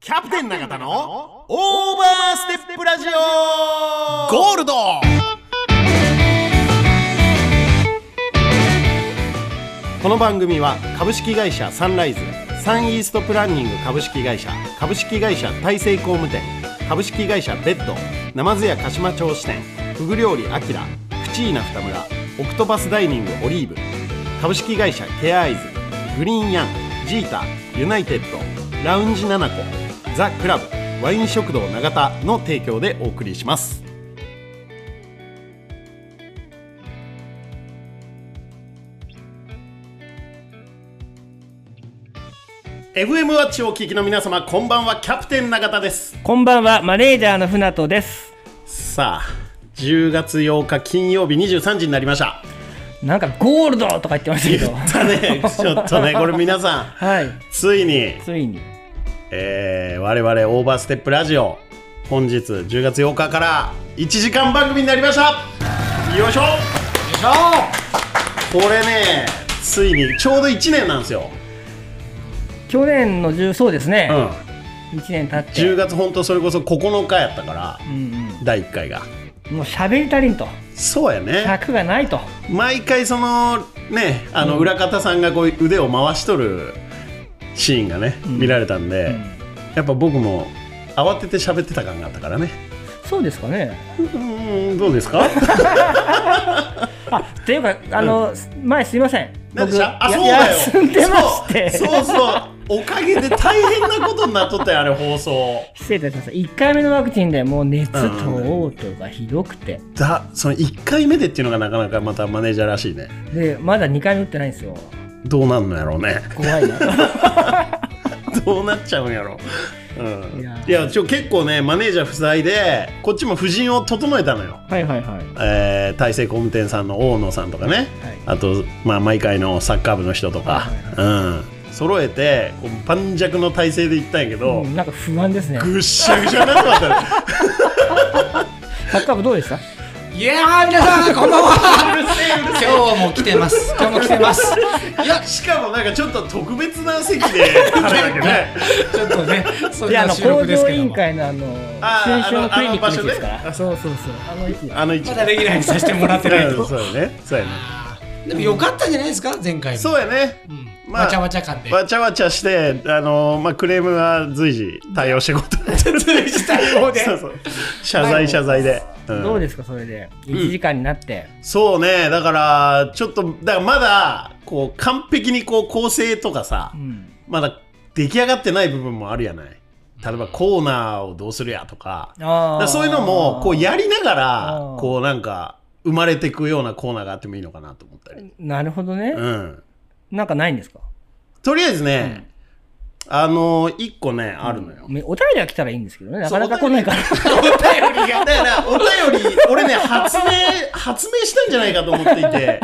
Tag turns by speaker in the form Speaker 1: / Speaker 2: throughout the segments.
Speaker 1: キャプテン永田のオーバーステップラジオ
Speaker 2: ゴールド
Speaker 1: この番組は株式会社サンライズサンイーストプランニング株式会社株式会社大成工務店株式会社ベッドナマズ屋鹿島町支店フグ料理アキラプチーナ二村オクトパスダイニングオリーブ株式会社ケアアイズグリーンヤンジータユナイテッドラウンジナナコザ・クラブワイン食堂永田の提供でお送りします「FM ワッチ」をお聞きの皆様こんばんはキャプテン永田です
Speaker 3: こんばんは、マネージャーの船戸です。
Speaker 1: さあ10月8日金曜日23時になりました
Speaker 3: なんかゴールドとか言ってましたけ
Speaker 1: 言
Speaker 3: ど。
Speaker 1: った ねちょっとねこれ皆さん
Speaker 3: はい、
Speaker 1: ついに、
Speaker 3: ついに。
Speaker 1: えー、我々オーバーステップラジオ本日10月8日から1時間番組になりましたよいしょよいしょこれねついにちょうど1年なんですよ、
Speaker 3: 去年の10、そうです
Speaker 1: う
Speaker 3: ね。
Speaker 1: ん、
Speaker 3: 1年経って。
Speaker 1: 10月本当それこそ9日やったから
Speaker 3: うん
Speaker 1: 第1回が
Speaker 3: うん。もう喋り足りんと。
Speaker 1: そうやね
Speaker 3: 尺がないと。
Speaker 1: 毎回そのねあの裏方さんがこう腕を回しとるシーンがね、見られたんで、やっぱ僕も慌てて喋ってた感があったからね
Speaker 3: そうですかね。
Speaker 1: うーんどうですか
Speaker 3: あ、というか、あの、前すいません。
Speaker 1: 何でし
Speaker 3: 僕
Speaker 1: たあ
Speaker 3: や
Speaker 1: そうだよ
Speaker 3: 休んでまして。
Speaker 1: そうそうそうおかげで大変なことになっとったよあれ放送
Speaker 3: 失礼いたしました。1回目のワクチンでもう熱と
Speaker 1: うん
Speaker 3: 嘔吐がひどくて。
Speaker 1: だその1回目でっていうのがなかなかまたマネージャーらしいね
Speaker 3: で、まだ2回目打ってないんですよ。
Speaker 1: どうなんのやろうね
Speaker 3: 怖いな。
Speaker 1: どうなっちゃうんやろう、うん、
Speaker 3: いや
Speaker 1: いやちょ結構ねマネージャー不在でこっちも布陣を整えたのよ
Speaker 3: はいはいはい。
Speaker 1: えー大成工務店さんの大野さんとかね、
Speaker 3: はい
Speaker 1: あと、まあ、毎回のサッカー部の人とか、うん、揃えてこう盤石の体制で行ったんやけど、
Speaker 3: うんなんか不安ですね。
Speaker 1: ぐっしゃぐしゃになってました ね
Speaker 3: サッカー部どうでした
Speaker 2: いやー皆さんこんばんは今日も来てます今日も来てますいや
Speaker 1: しかもなんかちょっと特別な席であれだけどね
Speaker 2: ちょっとねそ
Speaker 3: い
Speaker 2: ん
Speaker 3: やあ
Speaker 2: な
Speaker 3: の
Speaker 2: 収録
Speaker 3: 工
Speaker 2: です
Speaker 3: 場
Speaker 2: け
Speaker 3: 委
Speaker 2: ど
Speaker 3: 員
Speaker 2: も
Speaker 3: 会のあの
Speaker 1: あー
Speaker 3: 推奨のクリニックの
Speaker 1: あのあの
Speaker 3: 位置ですか
Speaker 1: 場所ね
Speaker 3: らそうそうそうあの位置
Speaker 1: あの位置
Speaker 2: まだレギュラーにさせてもらってない
Speaker 1: うん
Speaker 2: と
Speaker 1: そうやねそうやね
Speaker 2: でもよかったんじゃないですか前回も
Speaker 1: そうやね
Speaker 2: うん
Speaker 1: まあ
Speaker 2: わちゃわちゃ感で
Speaker 1: わちゃわちゃして、あのーまあ、クレームは随時対応していこうと
Speaker 2: 対応で
Speaker 1: そうそう謝罪謝罪で、うん
Speaker 3: どうですかそれで1時間になって
Speaker 1: そうね、だから、ちょっと、だからまだ、こう、完璧にこう、構成とかさ
Speaker 3: う、ん
Speaker 1: まだ出来上がってない部分もあるやない。例えばコーナーをどうするやとか、だ
Speaker 3: あ
Speaker 1: からそういうのも、こう、やりなが
Speaker 3: あ
Speaker 1: ら
Speaker 3: ー、
Speaker 1: こう、なんか、生まれていくようなコーナーがあってもいいのかなと思ったり。
Speaker 3: なるほどね
Speaker 1: うん。
Speaker 3: なんかないんですか
Speaker 1: とりあえずね、あのー、一個ね、あるのよ。
Speaker 3: めお便りが来たらいいんですけどねなかなか来ないから
Speaker 1: お便りが。 だから、お便り、俺ね、発明、発明したんじゃないかと思っていて。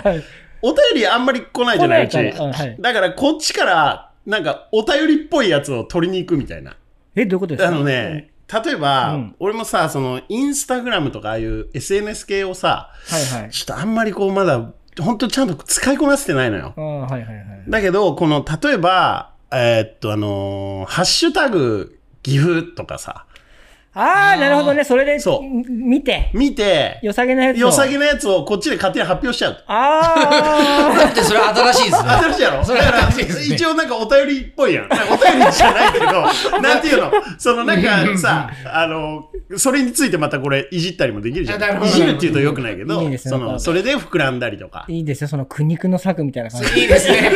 Speaker 1: お便りあんまり来ないじゃない
Speaker 3: 来ない
Speaker 1: ち、
Speaker 3: からうんはい
Speaker 1: だからこっちからなんかお便りっぽいやつを取りに行くみたいな
Speaker 3: えどういうことです
Speaker 1: あ
Speaker 3: か
Speaker 1: のね例えば、
Speaker 3: うん
Speaker 1: 俺もさそのインスタグラムとかああいう SNS 系をさ
Speaker 3: はいはい
Speaker 1: ちょっとあんまりこうまだ本当ちゃんと使いこなせてないのよ
Speaker 3: あーはいはいはい
Speaker 1: だけどこの例えばえーっとあのーハッシュタグ岐阜」とかさ
Speaker 3: ああなるほどねそれで
Speaker 1: そう
Speaker 3: 見て
Speaker 1: 見て
Speaker 3: 良さげなやつを
Speaker 1: 良さげなやつをこっちで勝手に発表しちゃう
Speaker 3: あ
Speaker 2: だってそれは新しいですね
Speaker 1: 新しいやろ
Speaker 2: それ新しい
Speaker 1: だ
Speaker 2: で
Speaker 1: から
Speaker 2: すね
Speaker 1: 一応なんかお便りっぽいやん。なんかお便りじゃないけど、なんていうのそのなんかさ、あの、それについてまたこれいじったりもできるじゃ
Speaker 2: あなる
Speaker 1: ん。
Speaker 2: ほ
Speaker 1: い
Speaker 2: ど
Speaker 1: じるっていうとよくないけ
Speaker 3: いい
Speaker 1: ど、
Speaker 3: ですね
Speaker 1: そ
Speaker 3: わか
Speaker 1: の、
Speaker 3: る
Speaker 1: それで膨らんだりとか
Speaker 3: あ。いいですよその苦肉の策みたいな感じ
Speaker 2: いいですね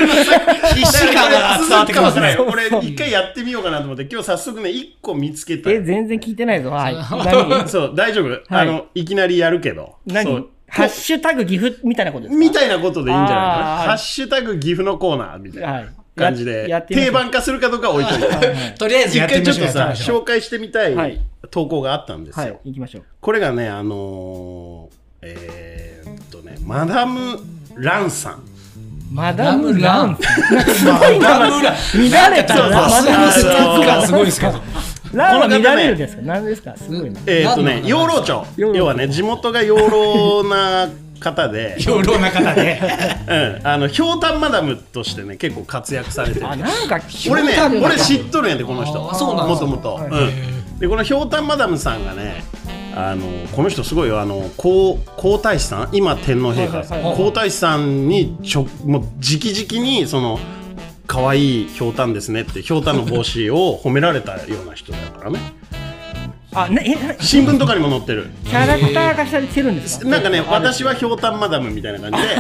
Speaker 2: 必死感が伝わってきますね
Speaker 1: だからこれ続くかもしれな
Speaker 3: そうそう
Speaker 1: いこれ一回やってみようかなと思って、今日早速ね、一個見つけた。
Speaker 3: え全然聞いてないぞ はい何
Speaker 1: そう、大丈夫。あの、いきなりやるけど。そ
Speaker 3: 何
Speaker 1: う
Speaker 3: ハッシュタグ岐阜みたいなことですか
Speaker 1: みたいなことでいいんじゃないか
Speaker 3: あ
Speaker 1: な。
Speaker 3: ー
Speaker 1: ハッシュタグ岐阜のコーナーみたい
Speaker 3: は
Speaker 1: ない感じで
Speaker 3: ややっ、てみまし
Speaker 1: 定
Speaker 3: ょう
Speaker 1: 番化するかどうかは置いといて。
Speaker 2: とりあえず
Speaker 1: 一
Speaker 2: やって
Speaker 1: 回
Speaker 2: み
Speaker 1: ちょっ
Speaker 2: ましょう
Speaker 1: とさ
Speaker 2: やってみましょう
Speaker 1: 紹介してみた
Speaker 3: はいい
Speaker 1: 投稿があったんですよ、
Speaker 3: はい、行きましょう。
Speaker 1: これがねあのー、えー、っとねマダム・ランさん
Speaker 3: マダムラン。
Speaker 2: ダブルラ
Speaker 3: 乱れた
Speaker 2: そうそう
Speaker 1: マダムス
Speaker 2: ス
Speaker 1: ナ
Speaker 2: ナ
Speaker 1: ッ
Speaker 2: ッ
Speaker 1: ク
Speaker 2: ク
Speaker 1: が
Speaker 2: が
Speaker 1: す
Speaker 2: すごいですか
Speaker 3: ラン
Speaker 1: こ
Speaker 3: は
Speaker 1: の方ね
Speaker 3: 乱れるんですか。何ですか。すごいな。
Speaker 1: えー、っとね
Speaker 2: 何の
Speaker 1: 養老町
Speaker 3: 養老町
Speaker 1: 要はね地元が養老な方 で、
Speaker 2: 養老な方で。
Speaker 1: うん、あのひょうたんマダムとしてね結構活躍されてる
Speaker 3: あなんか
Speaker 1: 俺ね
Speaker 2: ひょうたんマダム
Speaker 1: 俺知っとるんやでこの人
Speaker 2: あーそうなん
Speaker 1: も
Speaker 2: だ
Speaker 1: ともと、
Speaker 3: はい
Speaker 1: うん、でこのひょうたんマダムさんがねあのこの人すごいよあの皇皇太子さん今天皇陛下です
Speaker 3: はいはいはい
Speaker 1: 皇太子さんにちょもう直々にその可愛いひょうたんですねってひょうたんの帽子を褒められたような人だからね
Speaker 3: あねえな
Speaker 1: 新聞とかにも載ってる
Speaker 3: キャラクター化されてるんですか
Speaker 1: なんかね、私はひょうたんマダムみたいな感じで、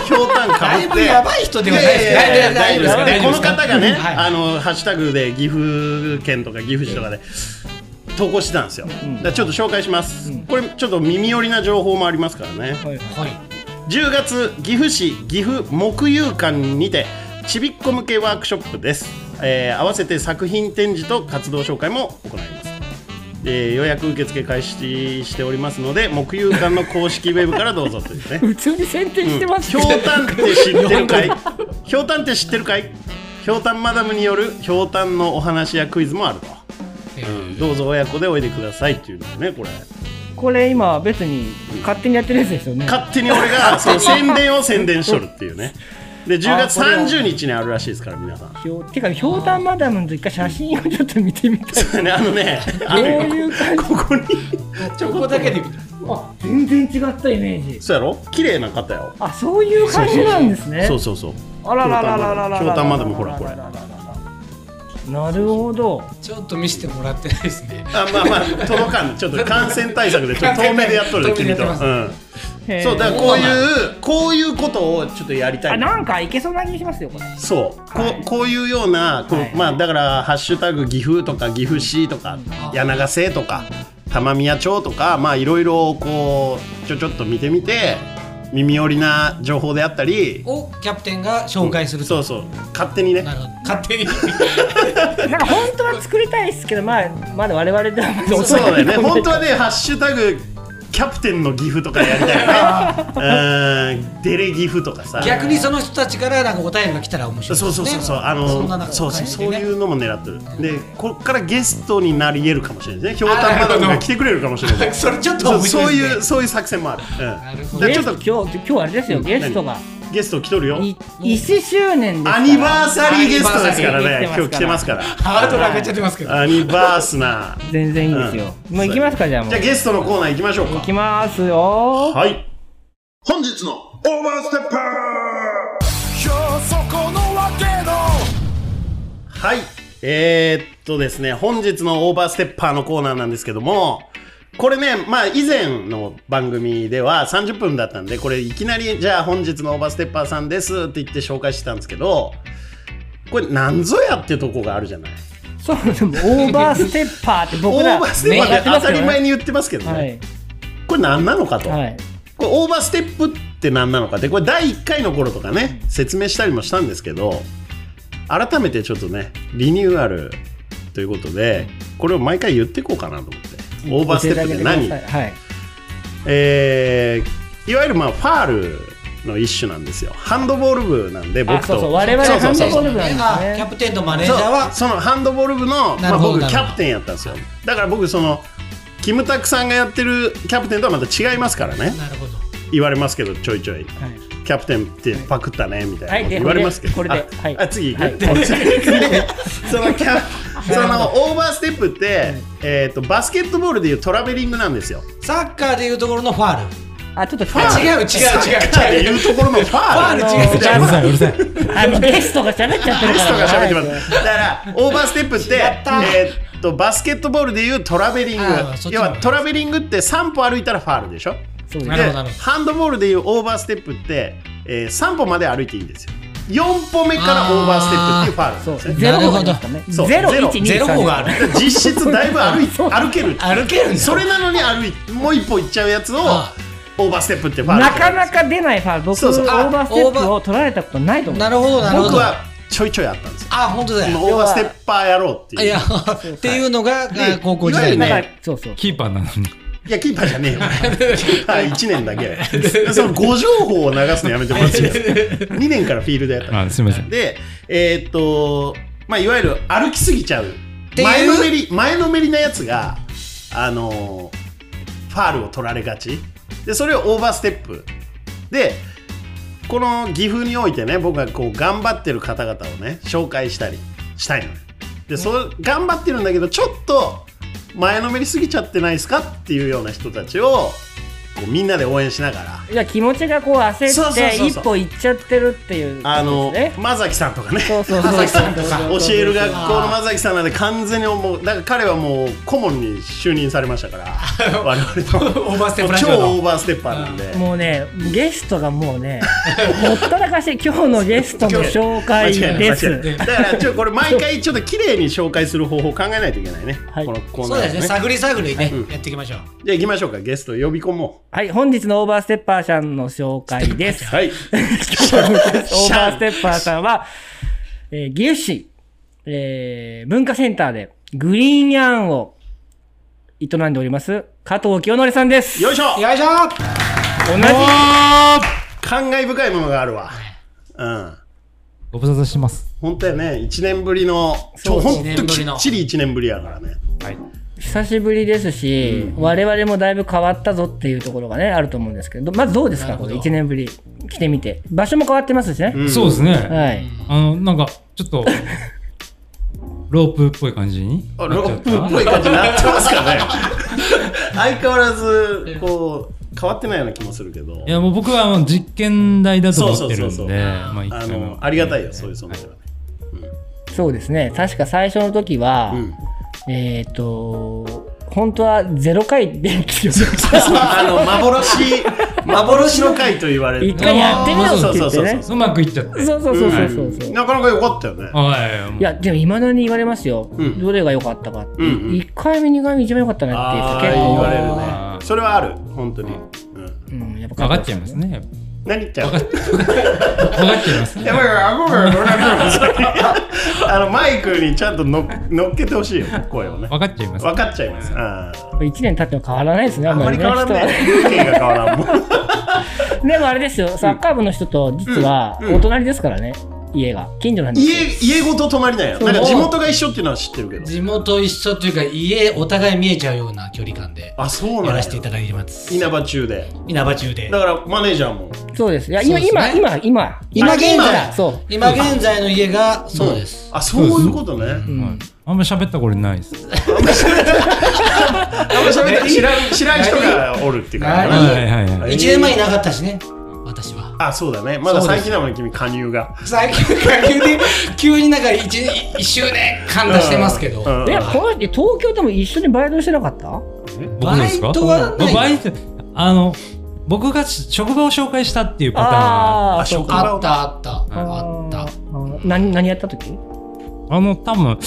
Speaker 1: ひょうたんか
Speaker 2: だ
Speaker 1: ぶ
Speaker 2: い
Speaker 1: っ
Speaker 2: ぶ
Speaker 1: て。
Speaker 2: やばい人ではないですけど。
Speaker 1: ややや大丈夫ですか
Speaker 2: 大
Speaker 1: こ
Speaker 2: 丈夫
Speaker 1: の方がね、
Speaker 2: はい
Speaker 1: あのハッシュタグで岐阜県とか岐阜市とかで投稿してたんですよ、だからちょっと紹介します、これちょっと耳寄りな情報もありますからね
Speaker 3: はい
Speaker 2: はい。
Speaker 1: 10月岐阜市岐阜木遊館にてちびっこ向けワークショップです、えー合わせて作品展示と活動紹介も行います、えー予約受付開始しておりますので木遊館の公式ウェブからどうぞというね
Speaker 3: 普通に宣伝してます
Speaker 1: ひょうたんって知ってるかいひょうたんって知ってるかいひょうたんマダムによるひょうたんのお話やクイズもあると、うん、どうぞ親子でおいでくださいっていうのねこれ
Speaker 3: これ今別に勝手にやってるやつですよね
Speaker 1: 勝手に俺がその宣伝を宣伝しとるっていうねで10月30日にあるらしいですから皆さん
Speaker 3: ひょうてかひょうたんマダムの一回写真をちょっと見てみたい
Speaker 1: そうねあのねあ
Speaker 3: どう
Speaker 1: の
Speaker 3: いう感じ
Speaker 1: ここに
Speaker 2: ちょこだけで見た。
Speaker 3: あ全然違ったイメージ
Speaker 1: そうやろ綺麗な方よ
Speaker 3: あそういう感じなんですね
Speaker 1: そうそうそう
Speaker 3: あらららららら
Speaker 1: ひょうたんマダムほらこれ
Speaker 3: なるほど
Speaker 2: ちょっと見せてもらってないですね。
Speaker 1: あまあまあ届かんちょっと感染対策でちょっと遠目でやっとる
Speaker 2: 遠目で
Speaker 1: 君
Speaker 2: やって
Speaker 1: と、う
Speaker 2: ます
Speaker 1: ん、
Speaker 3: へー
Speaker 1: そうだからこういうこういうことをちょっとやりた
Speaker 3: あ
Speaker 1: い
Speaker 3: なんかいけそうな気しますよこれ
Speaker 1: そう、
Speaker 3: はい
Speaker 1: こうこういうようなこう、
Speaker 3: はい
Speaker 1: まあだから「ハッシュタグ岐阜」とか「岐阜市」とか「柳ヶ瀬」とか「玉宮町」とかまあいろいろこうちょちょっと見てみて耳寄りな情報であったり
Speaker 2: をキャプテンが紹介する
Speaker 1: そう
Speaker 2: と。
Speaker 1: そう勝手にね
Speaker 2: なるほど。勝手に。
Speaker 3: なんか本当は作りたいですけどまあまだ我々ではまだ
Speaker 1: そうだよ ね本当はね「ハッシュタグキャプテンの岐阜」とかやりたいよねうんデレ岐阜とかさ
Speaker 2: 逆にその人たちからなんかお便りが来たら面白いです
Speaker 1: そう
Speaker 2: ね。
Speaker 1: そうそうそう、
Speaker 2: ま
Speaker 1: あの
Speaker 2: そんな中
Speaker 1: そうそうそう
Speaker 2: ね
Speaker 1: いうのも狙ってる。で、こっからゲストになり得るかもしれないですね。ひょうたんマダム
Speaker 2: なる
Speaker 1: が
Speaker 2: ほど
Speaker 1: 来てくれるかもしれない。
Speaker 2: それちょっと
Speaker 1: そう
Speaker 2: 面白
Speaker 1: そう
Speaker 2: いです
Speaker 1: いう
Speaker 2: ね。
Speaker 1: そういう作戦もある。
Speaker 2: なる
Speaker 1: う
Speaker 2: ほ
Speaker 1: ん。だ
Speaker 2: ど
Speaker 3: ゲ
Speaker 1: から
Speaker 3: ス
Speaker 1: ちょ
Speaker 3: ト
Speaker 1: っと
Speaker 3: 今日今日あれですよゲストが
Speaker 1: ゲスト来とるよ。
Speaker 3: い1周年ですから
Speaker 1: アニバーサリーゲストですから
Speaker 3: アニ
Speaker 1: ね。
Speaker 3: バーサリー
Speaker 1: 今日来てますから。
Speaker 2: ハードル上げちゃってますけど。
Speaker 1: アニバースな。
Speaker 3: 全然いいですよ、もう行きますかじゃあもう
Speaker 1: じゃあゲストのコーナー行きましょう
Speaker 3: 行
Speaker 1: か
Speaker 3: き。ますよ
Speaker 1: はい。
Speaker 4: 本日のオーバーステッパーこのわけ
Speaker 1: はい。えー、っとですね、本日のオーバーステッパーのコーナーなんですけども、これね、まあ以前の番組では30分だったんで、これいきなり、じゃあ本日のオーバーステッパーさんですって言って紹介してたんですけど、これなんぞやってとこがあるじゃない。
Speaker 3: そうでもオーバーステッパーって
Speaker 1: オ
Speaker 3: 僕ら
Speaker 1: ーバーステッパー
Speaker 3: ねや
Speaker 1: っ
Speaker 3: っててま
Speaker 1: 当
Speaker 3: す
Speaker 1: た
Speaker 3: よね
Speaker 1: り前に言ってますけどね、
Speaker 3: はい
Speaker 1: これ何なのかと。
Speaker 3: はい
Speaker 1: これオーバーステップって何なのかってこれ第1回の頃とかね説明したりもしたんですけど改めてちょっとねリニューアルということでこれを毎回言っていこうかなと思ってオーバーステップって
Speaker 3: 教えてあげてく
Speaker 1: 何
Speaker 3: ださいはい
Speaker 1: えーいわゆるまあファールの一種なんですよハンドボール部なんで
Speaker 3: あ
Speaker 1: 僕
Speaker 3: そうそう
Speaker 1: と
Speaker 3: 我々
Speaker 1: そう
Speaker 3: ハ
Speaker 1: そ
Speaker 3: ン
Speaker 1: うそう
Speaker 3: ドボール部なんです
Speaker 2: あキャ
Speaker 3: ね
Speaker 2: プテンとマネージ
Speaker 1: そ
Speaker 2: ャーは
Speaker 1: うそのハンドボール部の、
Speaker 2: な
Speaker 1: ま
Speaker 2: る
Speaker 1: あ、
Speaker 2: ほど
Speaker 1: 僕
Speaker 2: なる
Speaker 1: キ
Speaker 2: ほど
Speaker 1: ャプテンやったんですよだから僕そのキムタクさんがやってるキャプテンとはまた違いますからね
Speaker 2: なるほど。
Speaker 1: 言われますけどちょいちょい
Speaker 3: はい
Speaker 1: キャプテンってパクったねみたいなこと
Speaker 3: はい
Speaker 1: 言われますけど、
Speaker 3: これでこれで
Speaker 1: あ
Speaker 3: はい
Speaker 1: あ 次行く、
Speaker 3: はい
Speaker 1: でそのキャそのオーバーステップって、えー、とバスケットボールでいうトラベリングなんですよ。
Speaker 2: サッカーでいうところのファール。
Speaker 3: あちょっと
Speaker 2: あ違う違う違う
Speaker 1: っていうところのファール
Speaker 2: ファール違う違う
Speaker 1: じゃあ
Speaker 2: うる
Speaker 1: ゲ
Speaker 2: さいうるさ
Speaker 3: あ
Speaker 2: い。
Speaker 3: のゲストが喋っちゃってる
Speaker 1: ス
Speaker 3: か
Speaker 1: トが
Speaker 3: ら
Speaker 1: 喋ってます。だからオーバーステップって
Speaker 2: た
Speaker 1: えー、とバスケットボールでいうトラベリング
Speaker 2: あーそっち
Speaker 1: 要
Speaker 2: の方
Speaker 1: はトラベリングって3歩歩いたらファールでしょで
Speaker 3: そうです
Speaker 2: なるほどなるほど
Speaker 1: ハンドボールでいうオーバーステップって、え3歩まで歩いていいんですよ4歩目からオーバーステップっていうファールなんです
Speaker 3: そ
Speaker 1: ね
Speaker 3: うゼロがありますからね
Speaker 1: そう
Speaker 3: ゼロ
Speaker 1: ゼロ
Speaker 3: 一二
Speaker 2: ゼロ
Speaker 3: 三
Speaker 2: 方がある。
Speaker 1: 実質だいぶ 歩い
Speaker 3: そう
Speaker 1: 歩ける
Speaker 2: 歩けるんだ。
Speaker 1: それなのに歩いもう一歩行っちゃうやつを
Speaker 2: あ
Speaker 1: オーバーステップってファウル
Speaker 3: な
Speaker 1: って言
Speaker 3: か
Speaker 1: うんで
Speaker 3: な
Speaker 1: す
Speaker 3: か出ないファウル僕
Speaker 1: そうそう
Speaker 3: オ
Speaker 1: あ
Speaker 3: ーバーステップを取られたことないと思う
Speaker 2: なるほどなるほど。
Speaker 1: 僕はちょいちょいあったんですよ
Speaker 2: あ本当だ
Speaker 1: 今
Speaker 2: よ。
Speaker 1: オーバーステッパーやろうっていう
Speaker 2: い
Speaker 1: い
Speaker 2: や
Speaker 1: や
Speaker 2: っていうのが
Speaker 1: で
Speaker 2: 高校時
Speaker 1: い
Speaker 2: 代
Speaker 1: わ
Speaker 2: の
Speaker 1: ゆる
Speaker 3: だから
Speaker 1: ね
Speaker 3: そうそう
Speaker 5: キーパーなのに。
Speaker 1: キーパーじゃねえ よはい1年だけその誤情報を流すのやめてもらっていいですか2 年からフィールドやったんです
Speaker 5: あ、すみません。
Speaker 1: で、えーっと、まあ、いわゆる歩きすぎちゃう
Speaker 2: ていう
Speaker 1: 前のめり前のめりなやつが、あのーファールを取られがちでそれをオーバーステップでこの岐阜においてね僕がこう頑張ってる方々をね紹介したりしたいのねでそ頑張ってるんだけどちょっと前のめりすぎちゃってないですかっていうような人たちをこうみんなで応援しながら
Speaker 3: いや気持ちがこう
Speaker 1: そ
Speaker 3: 焦
Speaker 1: う
Speaker 3: っ
Speaker 1: そうそうそ
Speaker 3: て
Speaker 1: う
Speaker 3: 一歩行っちゃってるっていう
Speaker 1: あ
Speaker 3: こと
Speaker 1: の
Speaker 3: ですね
Speaker 1: 間崎さんとかね
Speaker 3: そう そうそう
Speaker 2: 朝日さんとか
Speaker 1: 教える学校の間崎さんなんで完全にもうだから彼はもう顧問に就任されましたから我々の
Speaker 2: オーバーステップラジオの
Speaker 1: 超オーバーステッパーなんで
Speaker 3: もうねゲストがもうねもったらかしい今日のゲストの紹
Speaker 1: 間
Speaker 3: 介
Speaker 1: 違い ない間違
Speaker 3: で
Speaker 1: いない
Speaker 3: す
Speaker 1: だからちょっとこれ毎回ちょっと綺麗に紹介する方法を考えないといけないね、
Speaker 3: はい
Speaker 1: このコーナ
Speaker 2: そう
Speaker 1: ー
Speaker 2: ですね、探り探りね、やっていきましょう。
Speaker 1: じゃあ行きましょうかゲスト呼び込も
Speaker 3: はい本日のオーバーステッパーさんの紹介で
Speaker 1: う
Speaker 3: す
Speaker 1: はい
Speaker 3: 今日のオーバーステッパーさんは、えー、岐阜市、えー文化センターでグリーンヤーンを営んでおります加藤清則さんです
Speaker 1: よいしょ
Speaker 2: よい
Speaker 3: 同じ
Speaker 2: しょ
Speaker 1: 感慨深いものがあるわうん
Speaker 5: ご無沙汰してます。
Speaker 1: 本当やね1年ぶりのち
Speaker 3: そ
Speaker 1: ょ
Speaker 3: う
Speaker 1: ほん
Speaker 2: 一
Speaker 1: と
Speaker 2: 年ぶ
Speaker 1: き
Speaker 2: りの
Speaker 1: っちり1年ぶりやからね
Speaker 3: 久しぶりですし、我々もだいぶ変わったぞっていうところがねあると思うんですけどまずどうです
Speaker 2: な
Speaker 3: か
Speaker 2: るほ
Speaker 3: こ
Speaker 2: ど
Speaker 3: れ1年ぶり来てみて場所も変わってますしね、
Speaker 1: ん
Speaker 5: そうですね。
Speaker 3: はい
Speaker 5: あの、なんか、ちょっと、ロープっぽい感じに
Speaker 1: あ
Speaker 5: な
Speaker 1: ロ
Speaker 5: っちゃ
Speaker 1: ッ
Speaker 5: っ
Speaker 1: プ
Speaker 5: た。
Speaker 1: っぽい感じになってますかね 相変わらずこう変わってないような気もするけど
Speaker 5: いや、もう僕はあの実験台だと思ってる
Speaker 1: そ
Speaker 5: ん
Speaker 1: うそうそうそう
Speaker 5: で、まあ、一
Speaker 1: あ
Speaker 5: 回も
Speaker 1: のありがたいよそういう存在はね
Speaker 3: そうですね確か最初の時は、
Speaker 1: うん
Speaker 3: えっ、と本当は0回で記 憶
Speaker 1: あの幻幻の回と言われる
Speaker 3: 一回やってみようって言ってね
Speaker 5: うまくいっちゃって。
Speaker 3: そうそうそうそうそうそう、
Speaker 1: なかなか良かったよね
Speaker 5: はい、もう
Speaker 3: いやでもいまだに言われますよ、
Speaker 1: うん
Speaker 3: どれが良かったかって、
Speaker 1: うんうん
Speaker 3: 1回目2回目一番良かったな
Speaker 1: あ
Speaker 3: っ
Speaker 1: あ
Speaker 3: て結
Speaker 1: 言わ
Speaker 3: 構、
Speaker 1: れる
Speaker 5: あ
Speaker 1: ね
Speaker 5: ー
Speaker 1: それはある本当にうん
Speaker 3: うん、やっぱ
Speaker 5: かかっちゃいますね。
Speaker 1: 何言っちゃう
Speaker 5: かかっちゃいますね。
Speaker 1: やばいやばい顎が あのマイクにちゃんとの乗っけてほしいよ声をね
Speaker 5: わかっちゃいます。
Speaker 1: 分かっちゃいますあー
Speaker 3: 1年経っても変わらないですね
Speaker 1: あんまり変わらんね風景が変わらんもん
Speaker 3: 人はでもあれですよサッカー部の人と実は
Speaker 1: うんうん
Speaker 3: お隣ですからね、家が近所なんですよ
Speaker 1: 家家ごと泊まりなんやなんか地元が一緒っていうのは知ってるけど
Speaker 2: 地元一緒というか、家、お互い見えちゃうような距離感で、
Speaker 1: あそう
Speaker 2: や
Speaker 1: なん
Speaker 2: ら
Speaker 1: や
Speaker 2: せていただいてます。
Speaker 1: 稲葉中で
Speaker 2: 稲葉中で
Speaker 1: だ。からマネージャーも
Speaker 3: そうですいや今、
Speaker 2: そうです
Speaker 3: 今
Speaker 2: ね
Speaker 3: 今今
Speaker 2: 今
Speaker 3: 現在
Speaker 1: 今
Speaker 3: そ
Speaker 2: 今現在の家が、そうです。
Speaker 1: あそういうことね
Speaker 3: う、うん
Speaker 5: はいあんま喋ったことないです。
Speaker 1: あんま喋ったら知らん 知らん人がおるっていう感じ
Speaker 5: は
Speaker 1: だ
Speaker 5: い
Speaker 1: ね
Speaker 5: はいはい。
Speaker 2: 1年前いなかったしね、私は。
Speaker 1: あそうだねまだ最近なのに君加入が
Speaker 2: 最近急に急になんか 1, 周年感出してますけど、
Speaker 1: うん
Speaker 3: いやこの人東京でも一緒にバイトしてなかった
Speaker 5: 僕ですか
Speaker 2: バイトはない
Speaker 5: バイトあの、僕が職場を紹介したっていうパターンは
Speaker 3: ああ
Speaker 1: あ
Speaker 3: そうか
Speaker 2: あったあったあ
Speaker 3: あ
Speaker 2: った
Speaker 3: ー何何やった時
Speaker 5: あの、多分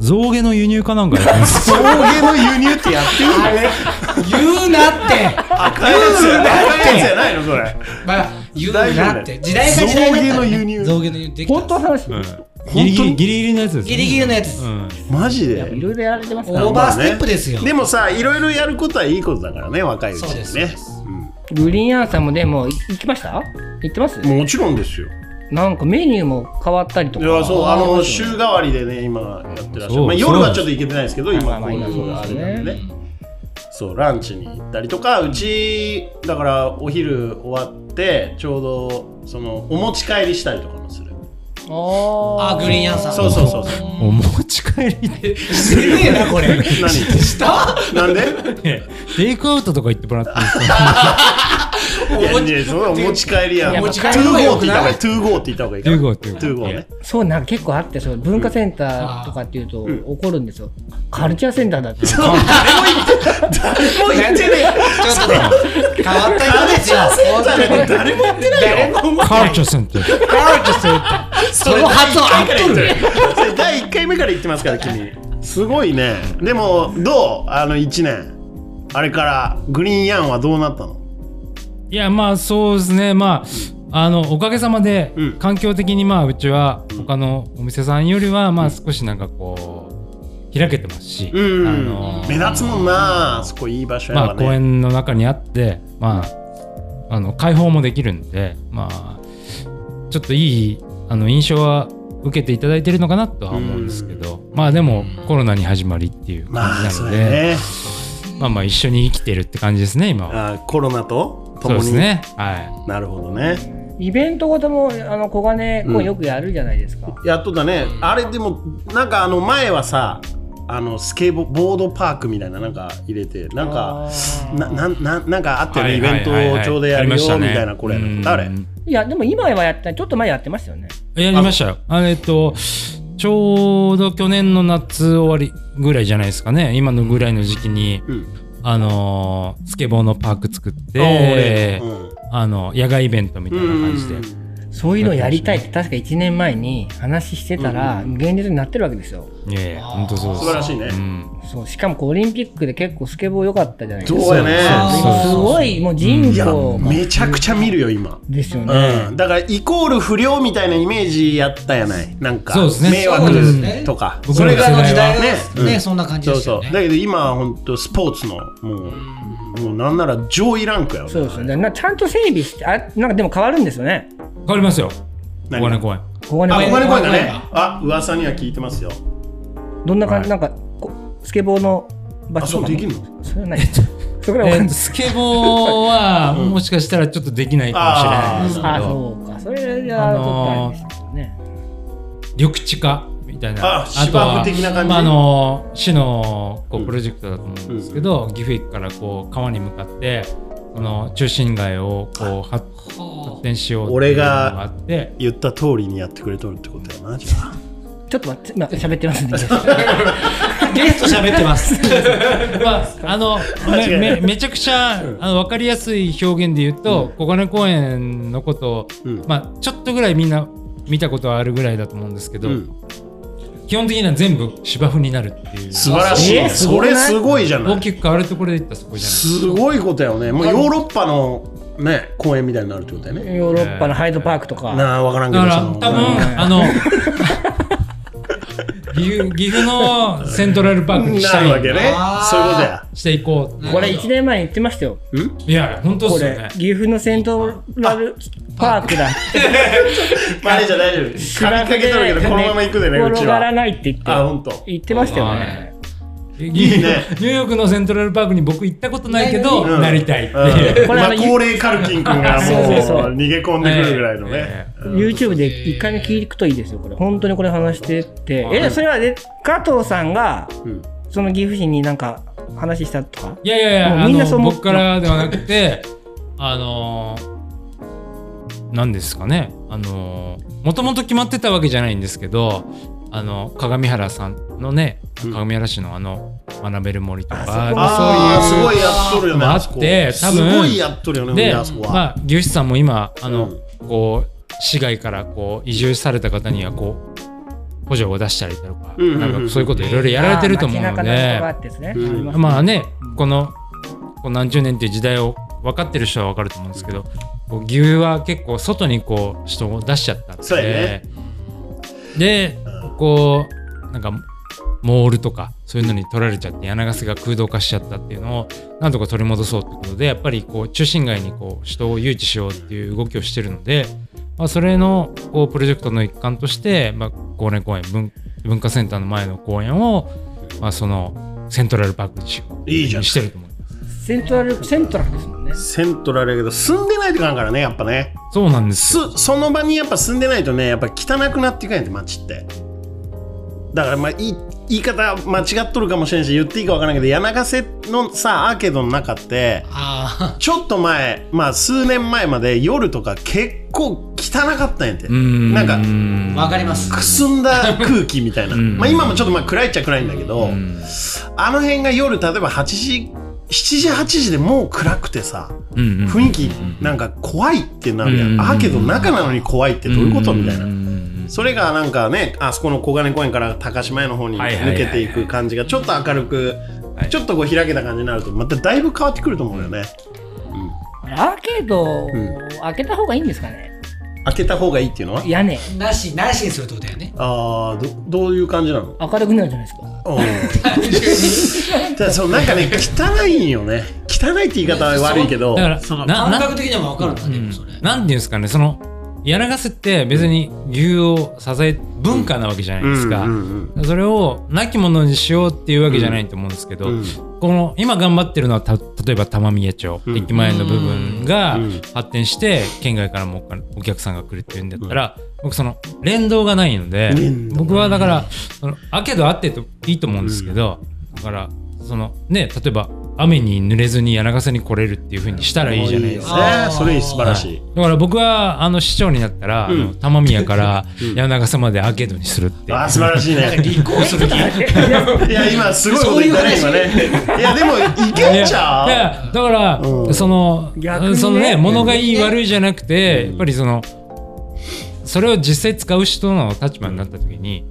Speaker 5: 象牙の輸入かなんかやったんです。
Speaker 1: 送迎の輸入ってやってるの
Speaker 2: 言うなって、
Speaker 1: 赤いやつ や赤いやつじゃないのそれ
Speaker 2: まあ、言うなって時代が時代だった
Speaker 1: 象牙の輸入
Speaker 2: 象牙の輸入できた
Speaker 3: 本当の話
Speaker 5: うん
Speaker 1: 当
Speaker 5: ギ
Speaker 1: に
Speaker 5: リギリギリギリのやつです、ね。
Speaker 2: ギリギリのやつです
Speaker 5: うん。
Speaker 1: マジ
Speaker 3: い
Speaker 1: で
Speaker 3: ろいろやられてますから
Speaker 2: オーバーステップですよ
Speaker 1: でもさいろいろやることはいいことだからね若いうち
Speaker 2: そうです
Speaker 1: に
Speaker 2: そう
Speaker 1: ね
Speaker 2: です
Speaker 3: グリーンアンさんもでもい行きました行ってます
Speaker 1: うんもちろんですよ
Speaker 3: なんかメニューも変わったりと
Speaker 1: い
Speaker 3: か
Speaker 1: やそうあの週替わりでね今やってらっしゃ
Speaker 5: そ
Speaker 1: る
Speaker 5: う
Speaker 1: まあ夜はちょっと行けてないですけど
Speaker 3: ま
Speaker 1: 今
Speaker 3: あ
Speaker 1: こ
Speaker 3: ま
Speaker 1: う
Speaker 3: あ
Speaker 1: い
Speaker 3: 今
Speaker 1: うのがあれなんで
Speaker 2: う
Speaker 1: ね
Speaker 2: ん
Speaker 1: そうランチに行ったりとかうちだからお昼終わってちょうどそのお持ち帰りしたりとかもする
Speaker 3: あ
Speaker 2: あグリーンヤンさん
Speaker 1: そうそうそうそう
Speaker 5: お持ち帰りで。
Speaker 2: してねえなこれ
Speaker 1: 何
Speaker 2: 下
Speaker 1: なんで
Speaker 5: テイクアウトとか言ってもらっていいです か
Speaker 1: いやいやそのお持ち帰りやん
Speaker 3: いや
Speaker 1: トゥ
Speaker 3: お持
Speaker 2: ち帰り
Speaker 1: ー
Speaker 2: の
Speaker 1: ゴ
Speaker 2: 方が
Speaker 1: ー
Speaker 2: 良
Speaker 1: って
Speaker 2: く
Speaker 1: 言った方が
Speaker 2: な
Speaker 1: い
Speaker 2: い
Speaker 1: いトゥーゴーって言った方がいいから
Speaker 5: トゥーゴートゥーゴー
Speaker 1: ね
Speaker 3: そうなんか結構あってそう文化センターとかっていうと
Speaker 1: ん
Speaker 3: 怒るんですよ、カルチャーセンターだって
Speaker 1: 誰も言って誰も言ってね
Speaker 2: ちょっと 変わった人ですよ本当
Speaker 1: え
Speaker 2: に
Speaker 1: 誰も言ってない
Speaker 2: 誰も思わ
Speaker 5: カ
Speaker 2: な
Speaker 5: ル
Speaker 2: い
Speaker 5: チャーセンター。
Speaker 2: その発音合っとる
Speaker 1: それ 第1回目から言ってますから君すごいねでもどうあの1年あれからグリーンヤンはどうなったの
Speaker 5: いや、まあそうですね。まあ、あの、おかげさまで
Speaker 1: うん、
Speaker 5: 環境的にまあうちは他のお店さんよりはまあ少しなんかこう、開けてますし、
Speaker 1: うん
Speaker 5: あの
Speaker 1: 目立つもんなあそこいい場所や
Speaker 5: ま
Speaker 1: わ
Speaker 5: あ公
Speaker 1: ね
Speaker 5: 園の中にあって、まあ、あの開放もできるんで、まあ、ちょっといいあの印象は受けていただいてるのかなとは思うんですけど、まあでもコロナに始まりっていう
Speaker 1: まあ
Speaker 5: 感じな
Speaker 1: そ
Speaker 5: の
Speaker 1: う
Speaker 5: で、
Speaker 1: やね
Speaker 5: まあまあ一緒に生きてるって感じですね今は。
Speaker 1: あコロナと
Speaker 5: そう
Speaker 1: 共
Speaker 5: で
Speaker 1: に
Speaker 5: すね。はい。
Speaker 1: なるほどね
Speaker 3: イベントごとも、あの、小金、こうよくやるじゃないですか。
Speaker 1: やっとだねあれでもなんかあの前はさあのスケボボードパークみたいななんか入れてなんか
Speaker 3: あー
Speaker 1: ななななんかあったよね、
Speaker 5: はいはいはいはい
Speaker 1: イベントをちょうどやるよ
Speaker 5: りましたね
Speaker 1: みたいなこれ
Speaker 5: うん
Speaker 1: 誰
Speaker 3: いや、でも今はやってない。ちょっと前やってましたよね。
Speaker 5: やりましたよ。あえっと、ちょうど去年の夏終わりぐらいじゃないですかね。今のぐらいの時期に、
Speaker 1: うん
Speaker 5: あのースケボーのパーク作っ
Speaker 1: あ俺
Speaker 5: て、
Speaker 1: うん
Speaker 5: あの、野外イベントみたいな感じで。
Speaker 3: そういうのやりたいって確か1年前に話してたら、現実になってるわけですよ。
Speaker 5: いやいや、本当そうです。
Speaker 1: 素晴らしいね
Speaker 5: うん
Speaker 3: そう、しかもこうオリンピックで結構スケボー良かったじゃないですか。
Speaker 1: そうやね
Speaker 5: そうそう
Speaker 3: すごい、もう人
Speaker 1: いや
Speaker 3: 口
Speaker 1: めちゃくちゃ見るよ今
Speaker 3: ですよね。
Speaker 1: うんだからイコール不良みたいなイメージやったやないなんか
Speaker 5: そうですね
Speaker 1: 迷
Speaker 2: そうです
Speaker 1: 惑
Speaker 2: ね
Speaker 1: とか
Speaker 5: 僕
Speaker 2: そ
Speaker 5: ら
Speaker 2: れ
Speaker 5: の
Speaker 2: ぐら
Speaker 5: 世
Speaker 2: いの
Speaker 5: 代
Speaker 2: 時代
Speaker 5: は。
Speaker 2: は
Speaker 1: ね
Speaker 2: ね
Speaker 1: うん
Speaker 2: そんな感じ
Speaker 1: そ
Speaker 2: で
Speaker 1: う
Speaker 2: す
Speaker 1: そ
Speaker 2: よ
Speaker 1: う
Speaker 2: ね
Speaker 1: だけど今は本当スポーツのもうもうなんなら上位ランクやろ
Speaker 3: そうですよね。なちゃんと整備して、あなんかでも変わるんですよね。
Speaker 5: 変わりますよ。小
Speaker 1: 何が
Speaker 5: 金公園。
Speaker 3: 小金
Speaker 1: あ
Speaker 3: も
Speaker 1: 小
Speaker 2: ね
Speaker 1: 金公園だ
Speaker 2: 小金
Speaker 1: ね
Speaker 2: 公園
Speaker 1: あ噂には聞いてますよ
Speaker 3: どんな感
Speaker 5: は
Speaker 3: じ、
Speaker 5: い
Speaker 3: なんかこスケボーの場
Speaker 1: あそ
Speaker 3: 所
Speaker 1: う
Speaker 3: と
Speaker 1: で
Speaker 3: か
Speaker 1: き
Speaker 3: も
Speaker 1: るの
Speaker 3: それはない。そこらはわかん
Speaker 5: えー
Speaker 3: ない
Speaker 5: とスケボーは、もしかしたらちょっとできないかもしれない
Speaker 3: あ、
Speaker 5: ですけど、
Speaker 3: そうか。それじゃあ、ちょっとあれですけどね。
Speaker 5: 緑地化みたいな、
Speaker 1: あ芝生的な感じ
Speaker 5: まあ、あの市のこ
Speaker 1: うん
Speaker 5: うプロジェクトだと思うんですけど、岐阜駅からこう川に向かって、この中心街をこう発発展しようっていうのがあって、
Speaker 1: 言った通りにやってくれとるってことやなじゃあ
Speaker 3: ちょっと待って、今喋ってますんで。
Speaker 2: ゲスト喋ってます。
Speaker 5: まあ、あの
Speaker 1: 違い
Speaker 5: め
Speaker 1: ない
Speaker 5: めめちゃくちゃあの分かりやすい表現で言うと、小金公園のことを、
Speaker 1: うん
Speaker 5: まあ、ちょっとぐらいみんな見たことはあるぐらいだと思うんですけど、
Speaker 1: うん
Speaker 5: 基本的には全部芝生になるっていう
Speaker 1: 素晴らしい
Speaker 3: え
Speaker 1: ね
Speaker 3: ーすご
Speaker 1: そ
Speaker 3: くない
Speaker 1: れすごいじゃな
Speaker 5: 大
Speaker 1: い
Speaker 5: きく変わるところでいったらそこじゃない
Speaker 1: すごいことやよねもうヨーロッパのね公園みたいになるってことやね
Speaker 3: ヨーロッパのハイドパークとか。
Speaker 1: なあ分からんけ
Speaker 5: だか
Speaker 1: ど
Speaker 5: ら
Speaker 1: その
Speaker 5: 多分あの岐阜岐阜のセントラルパークにし
Speaker 1: な
Speaker 5: た
Speaker 1: るわ
Speaker 5: い
Speaker 1: けね
Speaker 2: あー
Speaker 1: そういうことや
Speaker 5: していこう
Speaker 3: これ1年前に言ってましたよ。
Speaker 5: いや本当で
Speaker 3: こ
Speaker 5: すよね
Speaker 3: れ、岐阜のセントラルパークだ。
Speaker 1: マネージャー大丈夫噛みかけとるけどこのまま行くでねうち
Speaker 3: 転がら
Speaker 1: は
Speaker 3: ないって言って。
Speaker 1: あ本当。
Speaker 3: 言ってましたよね。
Speaker 5: 岐阜
Speaker 1: いいね
Speaker 5: ニューヨークのセントラルパークに僕行ったことないけど、
Speaker 1: うん
Speaker 5: なりたいっていう、
Speaker 1: うん
Speaker 3: これ
Speaker 1: ま
Speaker 3: あ
Speaker 1: あ
Speaker 3: の
Speaker 1: 高齢カルキン君がもう
Speaker 3: そうそうそう
Speaker 1: 逃げ込んでくるぐらいのね。
Speaker 5: え
Speaker 3: YouTube で一回目聞くといいですよ、これ。本当にこれ話してて。え、それはで、加藤さんが、
Speaker 1: うん
Speaker 3: その岐阜市になんか話したとか
Speaker 5: えいやいやいや
Speaker 3: もう
Speaker 5: あ
Speaker 3: みんな
Speaker 5: の
Speaker 3: そう思っ
Speaker 5: 僕からではなくてあの何ですかねあのもともと決まってたわけじゃないんですけどあの鏡原さんのね
Speaker 1: うん
Speaker 5: 鏡原市のあの学べる森とか
Speaker 1: ああ、
Speaker 5: そ
Speaker 1: す
Speaker 5: ういう
Speaker 1: ごいやっとるよね。
Speaker 5: まあ
Speaker 1: そこ
Speaker 5: あって多分
Speaker 1: すごいやっとるよね、みん
Speaker 5: で、
Speaker 1: なあそこは。
Speaker 5: まあ、牛久さんも今あの、
Speaker 1: うん
Speaker 5: こう市外からこう移住された方にはこう補助を出したりだとか,、
Speaker 1: うんうんうん
Speaker 5: なんかそういうこといろいろやられてると思う
Speaker 3: あー
Speaker 5: の
Speaker 3: 街中の人があ
Speaker 5: で
Speaker 3: ってですね。
Speaker 1: うん
Speaker 3: ありますね
Speaker 5: まあねこのこう何十年っていう時代を分かってる人は分かると思うんですけどこう牛は結構外にこう人を出しちゃったんで
Speaker 1: そうやね
Speaker 5: でこうなんかモールとかそういうのに取られちゃって柳瀬が空洞化しちゃったっていうのをなんとか取り戻そうってことでやっぱりこう中心街にこう人を誘致しようっていう動きをしてるので、まあ、それのこうプロジェクトの一環として、まあ、高年公園文文化センターの前の公園を、まあ、そのセントラルパークにしよう
Speaker 1: いいじゃん
Speaker 5: してると思います
Speaker 3: セントラル、セントラルですもんね。
Speaker 1: セントラルやけど、住んでないといかんからね、やっぱね。
Speaker 5: そうなんです
Speaker 1: す
Speaker 5: よ
Speaker 1: その場にやっぱ住んでないとね、やっぱ汚くなっていくんやんて、街って。だから、まあ、いい言い方間違っとるかもしれんし、言っていいかわからんけど、谷中瀬のさ、アーケードの中って、
Speaker 2: あ
Speaker 1: ちょっと前、まあ数年前まで夜とか結構汚かったんやて。
Speaker 5: うん
Speaker 1: なんか、
Speaker 2: あ、わかります。
Speaker 1: くすんだ空気みたいな。
Speaker 5: ん
Speaker 1: まあ今もちょっとまあ暗いっちゃ暗いんだけど、
Speaker 5: うん
Speaker 1: あの辺が夜、例えば8時、7時、8時でもう暗くてさ、
Speaker 5: うんうん
Speaker 1: 雰囲気なんか怖いってなるや。
Speaker 5: うんん
Speaker 1: アーケードの中なのに怖いってどういうことみたいな
Speaker 5: うんう。んうん
Speaker 1: それがなんかねあそこの小金公園から高島屋の方に
Speaker 5: はいはいはい
Speaker 1: 抜
Speaker 5: はい
Speaker 1: けていく感じがちょっと明るく、
Speaker 5: はい
Speaker 1: ちょっとこう開けた感じになるとまただいぶ変わってくると思うよね、
Speaker 3: アーケード、
Speaker 1: ん
Speaker 3: 開けた方がいいんですかね
Speaker 1: 開けた方がいいっていうのは
Speaker 3: 屋根。
Speaker 2: なし、なしにするってことだよね。
Speaker 1: あーどどういう感じなの
Speaker 3: 明るくなるじゃないですか。
Speaker 1: うんただそうなんかね汚いんよね汚いって言い方は悪いけど
Speaker 5: だから
Speaker 1: その
Speaker 5: な
Speaker 2: 感覚的にはわかるんだね、
Speaker 5: うん
Speaker 2: それ。
Speaker 5: なんていうんですかねその柳ヶ瀬って別に牛を支え文化なわけじゃないですか、
Speaker 1: うんうん
Speaker 5: それをなきものにしようっていうわけじゃないと思うんですけど、
Speaker 1: うん
Speaker 5: この今頑張ってるのはた例えば玉三重町、
Speaker 1: うん
Speaker 5: 駅前の部分が
Speaker 1: うん
Speaker 5: 発展して県外からもお客さんが来るっていうんだったら、僕その連動がないので
Speaker 1: 連動
Speaker 5: 僕はだからそのあけどあってといいと思うんですけど、だからそのね例えば雨に濡れずに柳ヶ瀬に来れるっていうふうにしたらいいじゃないですか。
Speaker 1: ねそれいい素晴らしい、
Speaker 5: だから僕はあの市長になったら、あ
Speaker 1: うん
Speaker 5: の玉宮から
Speaker 1: ん
Speaker 5: 柳ヶ瀬までアーケードにするって、
Speaker 1: あー素晴らしいね
Speaker 2: 立候補する気
Speaker 1: いや今すごいこと言ったね今ねいやでもい
Speaker 5: い
Speaker 1: け
Speaker 5: や
Speaker 1: んちゃう
Speaker 5: いやだから、
Speaker 1: うん
Speaker 5: その
Speaker 3: 逆にね
Speaker 5: そのね物がいい
Speaker 2: うん
Speaker 5: 悪いじゃなくて、やっぱりそのそれを実際使う人の立場になった時に、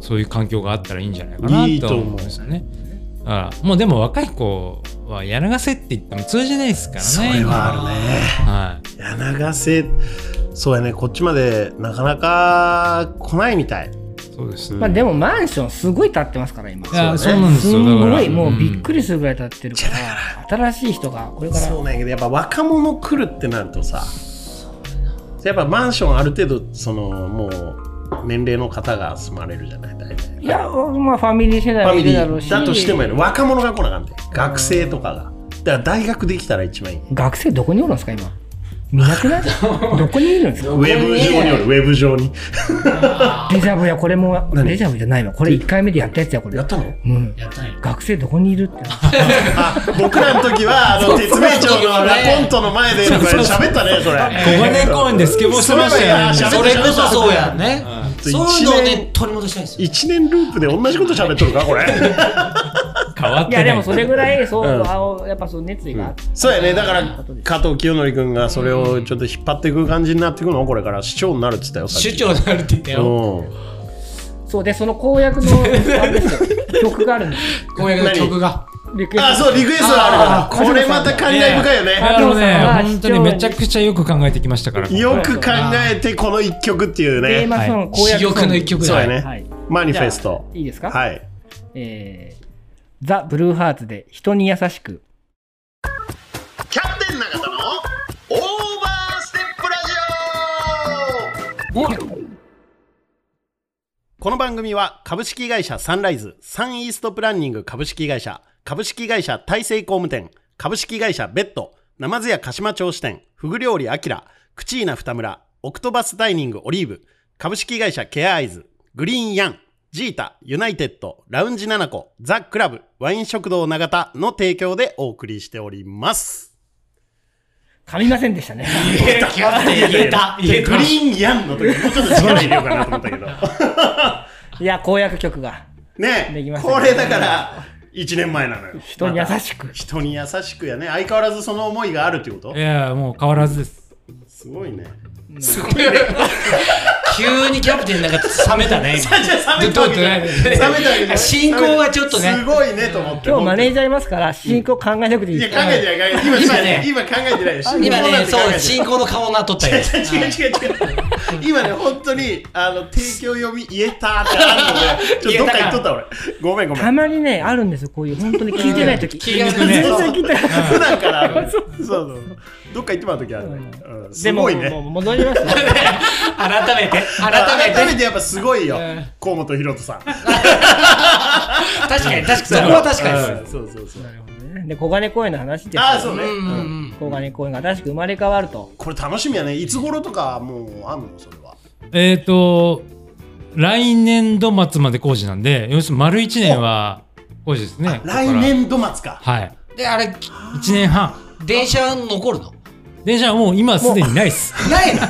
Speaker 5: そういう環境があったらいいんじゃないかない
Speaker 1: いと
Speaker 5: と
Speaker 1: 思う
Speaker 5: 思うんですよね。だからもうでも若い子は柳ヶ瀬って言っても通じないですからね。
Speaker 1: それはあるね
Speaker 5: はい
Speaker 1: 柳ヶ瀬そうやねこっちまでなかなか来ないみたい、
Speaker 5: そうですね。
Speaker 3: まあでもマンションすごい建ってますから今
Speaker 5: いやそうなんですすよ。だから
Speaker 3: ごいもうびっ
Speaker 5: り。
Speaker 3: くりするぐらい建ってるから、新しい人がこれから
Speaker 1: そうなんやけどやっぱ若者来るってなるとさやっぱマンションある程度そのもう年齢の方が住まれるじゃない大体
Speaker 3: いやまあファミリー世
Speaker 1: ファ
Speaker 3: 代も
Speaker 1: ミ
Speaker 3: い
Speaker 1: リ
Speaker 3: るだろう
Speaker 1: ー
Speaker 3: し
Speaker 1: だとしてもやね若者が来なかった学生とかがだから大学できたら一番いい
Speaker 3: 学生どこにおるんですか今いな くないどこにいるんですか
Speaker 1: ウェブ上におるウェブ上に
Speaker 3: デジャブやこれも
Speaker 1: 何
Speaker 3: デジャブじゃないわこれ1回目でやったやつやこれ
Speaker 1: やったの
Speaker 3: うん
Speaker 2: やったんや
Speaker 3: 学生どこにいるって
Speaker 1: あ僕らの時はあの鉄名町のラコントの前でこれ喋ったねそれ
Speaker 5: 小金公園でスケボーしてましたよね。
Speaker 1: そう
Speaker 2: それこそそうやんね
Speaker 1: うん
Speaker 2: そういうのをね取り戻したいんですよ
Speaker 1: 1年ループで同じこと喋っとるかこれ
Speaker 5: 変わっ
Speaker 3: い
Speaker 5: て
Speaker 3: や
Speaker 5: ない。
Speaker 3: でもそれぐらいそう、
Speaker 1: うん
Speaker 3: あのやっぱその熱意があって、
Speaker 1: そうやねだから加藤清則君がそれをちょっと引っ張っていく感じになっていくのこれから市長になるっつったよさっき
Speaker 2: 首長になるって言ったよ
Speaker 1: うん
Speaker 3: そうでその公約 のあれですよ曲があるんです
Speaker 2: 公約の曲が
Speaker 3: リクエスト
Speaker 1: あそうリクエストがあるから
Speaker 3: あー
Speaker 1: これまた感慨深いよ
Speaker 5: いや
Speaker 1: ね
Speaker 5: あ
Speaker 3: 加藤さん
Speaker 5: の
Speaker 3: は
Speaker 5: ね、本当にめちゃくちゃよく考えてきましたから。
Speaker 1: よく考えてこの一曲っていう
Speaker 3: テー
Speaker 1: ね
Speaker 3: マソング、公約ソ
Speaker 2: 珠
Speaker 3: ング
Speaker 2: 玉の一曲
Speaker 1: そうや
Speaker 2: だ
Speaker 1: ね、
Speaker 3: はい
Speaker 1: マニフェスト
Speaker 3: いいですか、
Speaker 1: はい
Speaker 3: えーザ・ブルーハーツで人に優しく
Speaker 4: キャプテン永田のオーバーステップラジオ
Speaker 1: この番組は株式会社サンライズ、サンイーストプランニング株式会社、株式会社大成工務店、株式会社ベッド、ナマズ屋鹿島町支店、フグ料理アキラ、クチーナ二村、オクトバスダイニングオリーブ、株式会社ケアアイズ、グリーンヤン、ジータ、ユナイテッド、ラウンジナナコ、ザ・クラブ、ワイン食堂永田の提供でお送りしております。
Speaker 3: 噛みませんでしたね
Speaker 2: キャプテン言えた言えた
Speaker 1: グリーンヤンの時もうちょっと力入れようかなと思ったけど。
Speaker 3: いや公約曲がで
Speaker 1: ね
Speaker 3: きません
Speaker 1: これだから、1年前なのよ。
Speaker 3: 人に優しく
Speaker 1: 人に優しくやね相変わらずその思いがあるってこと
Speaker 5: いや、もう変わらずです。
Speaker 1: すごいね
Speaker 2: 急にキャプテンなんか冷めたね
Speaker 1: じゃあ冷めたわけじゃない
Speaker 5: ど
Speaker 1: 冷
Speaker 5: う
Speaker 1: めたわけじゃない
Speaker 2: 進行がちょっとね
Speaker 1: すごいねと思って
Speaker 3: 今日マネー
Speaker 1: ジ
Speaker 3: ジャーいますから進行考えなくていい
Speaker 1: い
Speaker 3: で
Speaker 1: や
Speaker 3: す
Speaker 1: 考えてない考えてない今さ
Speaker 2: 今ね
Speaker 1: 今考えてないよ進行
Speaker 2: 今
Speaker 1: なん
Speaker 2: ね
Speaker 1: て考
Speaker 2: そ
Speaker 1: え
Speaker 2: う
Speaker 1: て
Speaker 2: 進行の顔なっと ったよ
Speaker 1: ない違う違う違う違う今ね本当にあの提供読み言えたってあるのでちょっとどっか行っとった俺ごめんごめ
Speaker 3: た
Speaker 1: ん
Speaker 3: まにねあるんですよこういう本 当に聞いてない時
Speaker 2: 気が抜く
Speaker 3: 全
Speaker 2: ね
Speaker 3: 然聞いてない
Speaker 1: 普段からあるそうそうどっか行ってもらう時あるねうんす
Speaker 3: でも
Speaker 1: ごい
Speaker 3: もう
Speaker 1: ね
Speaker 3: 戻りますよ
Speaker 2: 改めて改
Speaker 1: 改
Speaker 2: めて
Speaker 1: めてやっぱすごいよ河本大翔さん
Speaker 2: 確かに確かにそこは確かにです
Speaker 1: うんそうそうそう
Speaker 3: で小金公園の話です
Speaker 1: ああそうね
Speaker 2: うんうんうん
Speaker 3: 小金公園が新しく生まれ変わると
Speaker 1: これ楽しみやねいつ頃とかもうあんのそれは
Speaker 5: えっと、来年度末まで工事なんで、要するに丸1年は工事ですね。
Speaker 1: 来年度末か
Speaker 5: はい。
Speaker 2: であれ
Speaker 5: 1年半。
Speaker 2: 電車残るの
Speaker 5: 電車はもう今すでにないっす。
Speaker 2: ないの